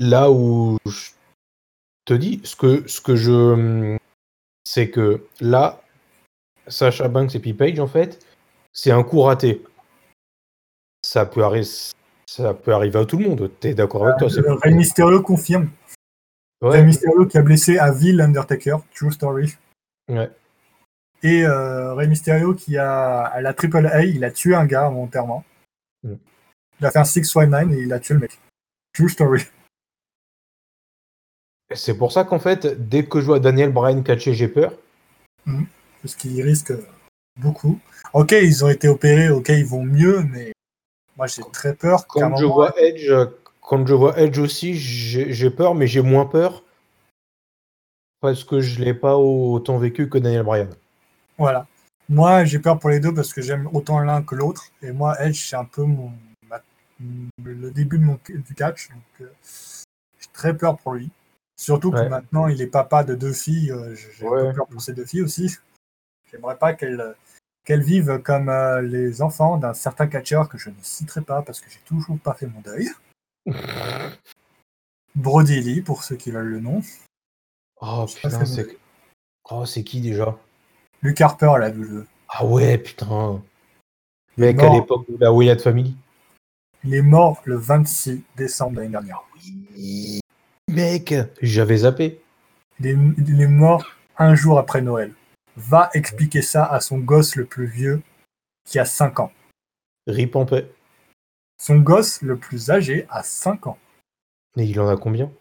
S1: là où je te dis, ce que, ce que je... C'est que là, Sacha Banks et puis Page, en fait, c'est un coup raté. Ça peut, arri- ça peut arriver à tout le monde, t'es d'accord
S2: Ah,
S1: avec toi c'est-
S2: Le Rey Mysterio confirme.
S1: Ouais.
S2: Rey Mysterio qui a blessé à vie l'Undertaker, True Story.
S1: Ouais.
S2: Et euh, Rey Mysterio qui a à la Triple A, il a tué un gars volontairement.
S1: Mm.
S2: Il a fait un 619 et il a tué le mec. True Story.
S1: C'est pour ça qu'en fait, dès que je vois Daniel Bryan catcher, j'ai peur.
S2: parce qu'ils risquent beaucoup. Ok, ils ont été opérés, ok, ils vont mieux, mais moi j'ai très peur qu'à un
S1: Quand je
S2: moment,
S1: vois Edge, euh, quand je vois Edge aussi, j'ai j'ai peur, mais j'ai moins peur parce que je l'ai pas au- autant vécu que Daniel Bryan.
S2: voilà. Moi j'ai peur pour les deux parce que j'aime autant l'un que l'autre, et moi Edge c'est un peu mon ma- le début de mon du catch, donc euh, j'ai très peur pour lui. Surtout que
S1: Ouais.
S2: maintenant il est papa de deux filles, euh, j'ai un peu
S1: Ouais.
S2: peur pour ces deux filles aussi. J'aimerais pas qu'elles qu'elles vivent comme euh, les enfants d'un certain catcheur que je ne citerai pas parce que j'ai toujours pas fait mon deuil. Brody Lee, pour ceux qui veulent le nom.
S1: Oh
S2: Je sais pas
S1: putain,
S2: si
S1: c'est oh c'est qui déjà
S2: Luke Harper, elle a vu le.
S1: Ah ouais putain. Mec
S2: Non.
S1: à l'époque de la Wyatt Family.
S2: Il est mort le 26 décembre de l'année dernière.
S1: Mec, j'avais zappé.
S2: Il est, il est mort un jour après Noël. Va expliquer ça à son gosse le plus vieux qui a 5 ans.
S1: Rip en paix.
S2: Son gosse le plus âgé a 5 ans.
S1: Et il en a combien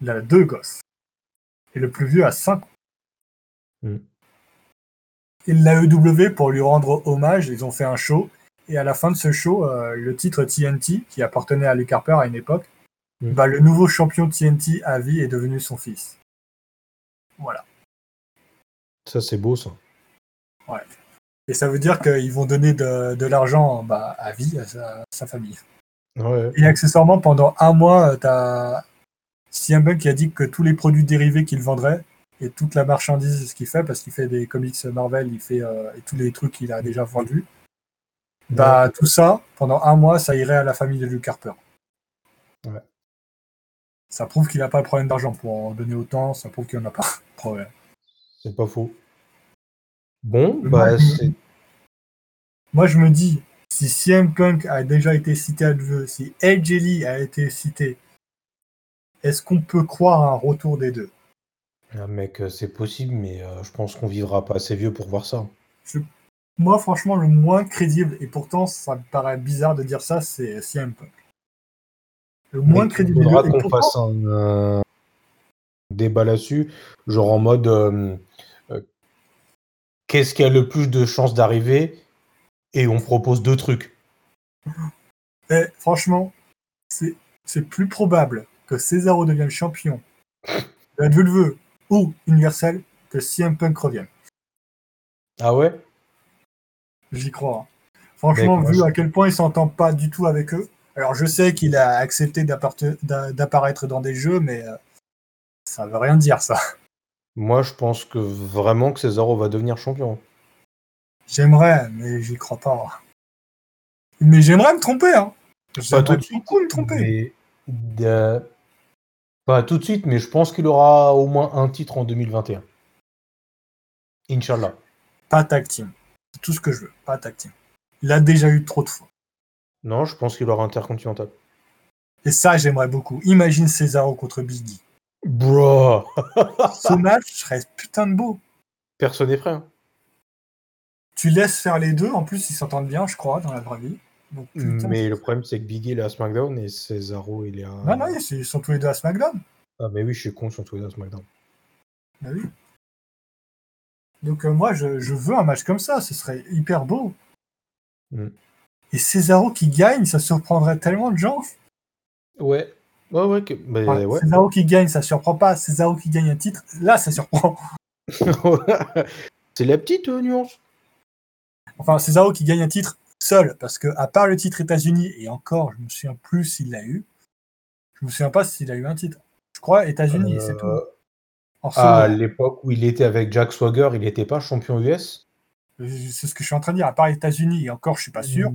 S2: Il a deux gosses. Et le plus vieux a 5 ans.
S1: Mm.
S2: Et l'AEW, E pour lui rendre hommage, ils ont fait un show. Et à la fin de ce show, euh, le titre TNT, qui appartenait à Luke Harper à une époque,
S1: Mm.
S2: bah, le nouveau champion TNT à vie est devenu son fils. Voilà.
S1: Ça c'est beau ça.
S2: Et ça veut dire qu'ils vont donner de, de l'argent bah, à vie à sa, à sa famille.
S1: Ouais.
S2: Et accessoirement, pendant un mois, euh, tu as CM Punk qui a dit que tous les produits dérivés qu'il vendrait et toute la marchandise ce qu'il fait, parce qu'il fait des comics Marvel, il fait euh, et tous les trucs qu'il a déjà vendus, bah tout ça, pendant un mois, ça irait à la famille de Luke Harper.
S1: Ouais.
S2: Ça prouve qu'il n'a pas de problème d'argent pour en donner autant, ça prouve qu'il n'en a pas de problème.
S1: C'est pas faux. Bon,
S2: Le
S1: bah
S2: mec-
S1: c'est
S2: Moi, je me dis, si CM Punk a déjà été cité à l'UE, si Edge et Lee a été cité, est-ce qu'on peut croire à un retour des deux
S1: Ah, mec, euh, c'est possible, mais euh, je pense qu'on vivra pas assez vieux pour voir ça.
S2: Moi, franchement, le moins crédible, et pourtant, ça me paraît bizarre de dire ça, c'est CM Punk. Le moins
S1: Mec,
S2: crédible
S1: Il
S2: des
S1: faudra
S2: deux. Et
S1: qu'on
S2: pourtant,
S1: fasse un, un débat là-dessus, genre en mode euh, euh, qu'est-ce qui a le plus de chances d'arriver et on propose deux trucs.
S2: eh, franchement, c'est c'est plus probable que Césaro devienne champion de la WWE ou Universal que CM Punk revienne.
S1: Ah ouais
S2: J'y crois. hein. Franchement,
S1: Mec, moi,
S2: vu
S1: je-
S2: à quel point il s'entend pas du tout avec eux. Alors, je sais qu'il a accepté d'apparte- d'a- d'apparaître dans des jeux, mais euh, ça veut rien dire, ça.
S1: Moi, je pense que vraiment que Cesaro va devenir champion.
S2: J'aimerais, mais j'y crois pas. hein. Mais j'aimerais me tromper, hein.
S1: tout
S2: J'aimerais
S1: de suite,
S2: beaucoup me tromper.
S1: Mais, euh, pas tout de suite, mais je pense qu'il aura au moins un titre en 2021. Inch'Allah.
S2: Pas tag team. C'est tout ce que je veux. Pas tag team. Il a déjà eu trop de fois.
S1: Non, je pense qu'il aura Intercontinental.
S2: Et ça, j'aimerais beaucoup. Imagine Cesaro contre Biggie.
S1: Bro Ah.
S2: Ce match serait putain de beau.
S1: Personne n'est prêt. hein.
S2: Tu laisses faire les deux. En plus, ils s'entendent bien, je crois, dans la vraie vie. Donc, putain,
S1: Mais le problème, c'est que Biggie il est à SmackDown et Cesaro il est à.
S2: Non, non, ils ils sont tous les deux à SmackDown.
S1: Ah, mais oui, je suis con, ils sont tous les deux à SmackDown.
S2: Bah oui. Donc euh, moi, je, je veux un match comme ça, ce serait hyper beau.
S1: Mm.
S2: Et Cesaro qui gagne, ça surprendrait tellement de gens.
S1: Ouais. Ouais, ouais. que- mais
S2: Enfin,
S1: ouais.
S2: Cesaro qui gagne, ça surprend pas. Cesaro qui gagne un titre, là, ça surprend.
S1: c'est la petite euh, nuance.
S2: Enfin, Cesaro qui gagne un titre seul, parce que à part le titre États-Unis, et encore, je me souviens plus s'il l'a eu. Je me souviens pas s'il a eu un titre. Je crois États-Unis, c'est tout.
S1: Euh,
S2: En
S1: à
S2: solo.
S1: l'époque où il était avec Jack Swagger, il n'était pas champion US.
S2: C'est ce que je suis en train de dire. À part États-Unis, et encore, je suis pas sûr.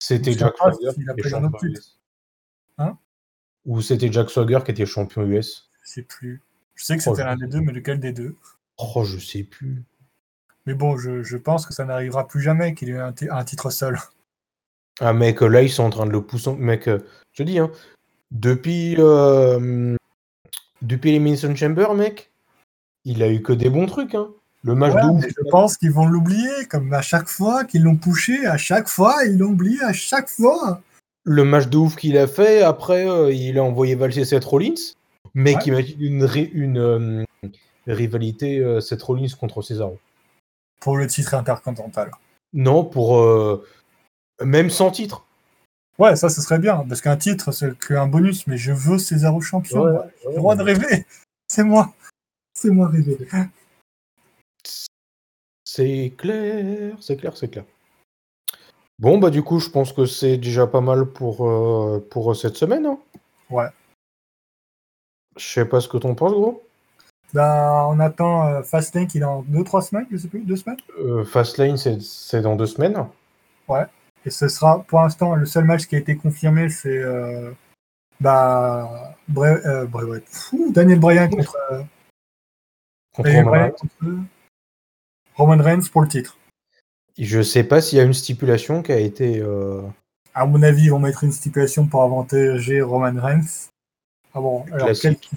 S1: C'était
S2: Je sais
S1: Jack
S2: pas
S1: Swagger
S2: s'il a
S1: qui était
S2: pris un
S1: champion
S2: autre titre.
S1: US.
S2: Hein
S1: Ou c'était Jack Swagger qui était champion US.
S2: Je sais plus. Je sais que
S1: Oh,
S2: c'était
S1: je
S2: l'un
S1: sais
S2: des deux, mais lequel des deux
S1: Oh, je sais plus.
S2: Mais bon, je, je pense que ça n'arrivera plus jamais qu'il ait un, ti- un titre seul.
S1: Ah mec, là ils sont en train de le pousser. Mec, euh, je te dis, hein, depuis, euh, depuis l'Elimination Chamber, mec, il a eu que des bons trucs. Hein. Le match
S2: Ouais,
S1: de ouf.
S2: mais je pense qu'ils vont l'oublier, comme à chaque fois qu'ils l'ont poussé, à chaque fois, ils l'ont oublié, à chaque fois.
S1: Le match de ouf qu'il a fait, après euh, il a envoyé valser Seth Rollins. Mec,
S2: Ouais.
S1: imagine une, ri- une euh, rivalité euh, Seth Rollins contre Cesaro.
S2: Pour le titre intercontinental.
S1: Non, pour euh, même sans titre.
S2: Ouais, ça, ce serait bien, parce qu'un titre, c'est qu'un bonus, mais je veux César champion. moi. J'ai le droit de rêver. C'est moi. C'est moi rêver.
S1: C'est clair, c'est clair, c'est clair. Bon, bah du coup, je pense que c'est déjà pas mal pour, euh, pour cette semaine. hein.
S2: Ouais.
S1: Je sais pas ce que t'en penses, gros.
S2: Ben, on attend euh, Fastlane qui est dans 2-3 semaines, je sais plus, 2 semaines.
S1: Euh, Fastlane, c'est c'est dans deux semaines.
S2: Et ce sera pour l'instant le seul match qui a été confirmé, c'est euh, bah, Bray- euh, Bray Wyatt. Fou, Daniel Bryan contre, euh,
S1: Contre
S2: Daniel
S1: Roman
S2: Bryan
S1: Reigns.
S2: contre Roman Reigns pour le titre.
S1: Je sais pas s'il y a une stipulation qui a été. euh,
S2: À mon avis, ils vont mettre une stipulation pour avantager Roman Reigns. Ah bon, alors quelle,
S1: Classique.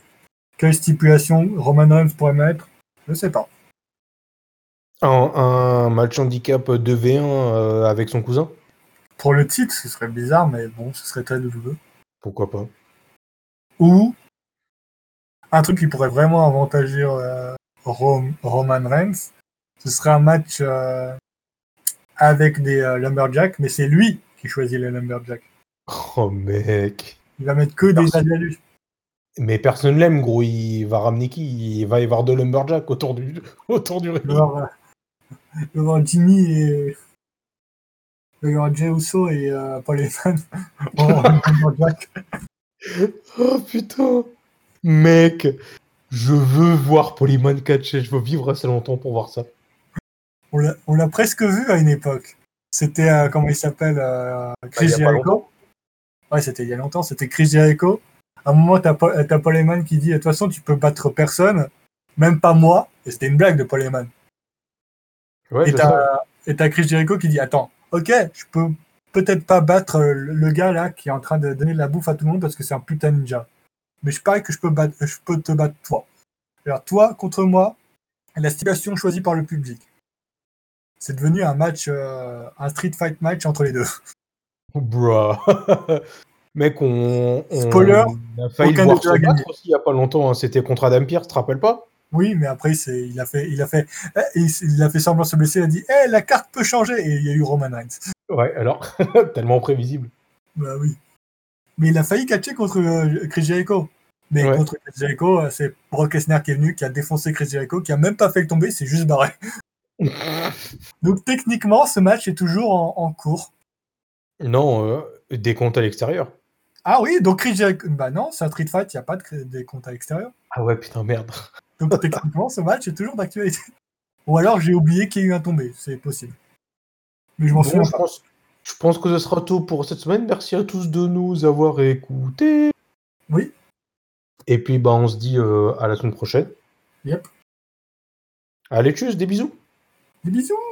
S2: quelle stipulation Roman Reigns pourrait mettre Je sais pas.
S1: Un, un match handicap 2v1 euh, avec son cousin
S2: Pour le titre, ce serait bizarre, mais bon, ce serait très douloureux.
S1: Pourquoi pas
S2: Ou un truc qui pourrait vraiment avantager euh, Rom- Roman Reigns, ce serait un match euh, avec des euh, Lumberjacks, mais c'est lui qui choisit les Lumberjacks.
S1: Oh mec
S2: Il va mettre que des
S1: Merci.
S2: adultes.
S1: Mais personne l'aime, gros. Il va ramener qui Il va y avoir de Lumberjack autour du, autour du ring.
S2: Il va y avoir, euh, il va y avoir Jimmy et. Il va y avoir Jey Uso et euh, Paul Heyman. en Lumberjack.
S1: Oh putain Mec Je veux voir Polyman catcher. Je veux vivre assez longtemps pour voir ça.
S2: On l'a- on l'a presque vu à une époque. C'était, euh, comment il s'appelle euh, Chris
S1: il y a pas
S2: Jericho.
S1: longtemps.
S2: Ouais, c'était il y a longtemps, c'était Chris Jericho. À un moment, t'as Paul, euh, t'as Paul Heyman qui dit De toute façon, tu peux battre personne, même pas moi. Et c'était une blague de Paul Heyman.
S1: Ouais,
S2: et
S1: je sais.
S2: t'as et t'as Chris Jericho qui dit Attends, ok, je peux peut-être pas battre euh, le, le gars là qui est en train de donner de la bouffe à tout le monde parce que c'est un putain de ninja. Mais je parie que je peux, battre, je peux te battre toi. Alors, toi contre moi, la stipulation choisie par le public. C'est devenu un match, euh, un street fight match entre les deux.
S1: Bruh. Mec, on, on
S2: Spoiler,
S1: a failli
S2: aucun
S1: le voir
S2: des
S1: se
S2: deux a gagné.
S1: battre aussi il y a pas longtemps. hein. C'était contre Adam Pierce, tu te rappelles pas
S2: Oui, mais après, c'est, il a fait, il a fait, eh, il, s- il a fait semblant de se blesser. Il a dit, eh, la carte peut changer. Et il y a eu Roman Reigns.
S1: Ouais, alors, tellement prévisible.
S2: Bah oui. Mais il a failli catcher contre euh, Chris Jericho. Mais
S1: Ouais.
S2: contre Chris Jericho, euh, c'est Brock Lesnar qui est venu, qui a défoncé Chris Jericho, qui a même pas fait le tomber, c'est juste barré. Donc techniquement, ce match est toujours en, en cours.
S1: Non, euh, des comptes à l'extérieur.
S2: Ah oui, donc Chris Jericho. Bah non, c'est un street fight, il n'y a pas de, cr- des comptes à l'extérieur.
S1: Ah ouais, putain, merde.
S2: Donc techniquement, ce match est toujours d'actualité. Ou alors j'ai oublié qu'il y a eu un tombé, c'est possible. Mais je m'en
S1: Bon,
S2: souviens
S1: je
S2: pas.
S1: pense, je pense que ce sera tout pour cette semaine. Merci à tous de nous avoir écoutés.
S2: Oui.
S1: Et puis, bah, on se dit euh, à la semaine prochaine.
S2: Yep.
S1: Allez, tchuss, des bisous.
S2: Des bisous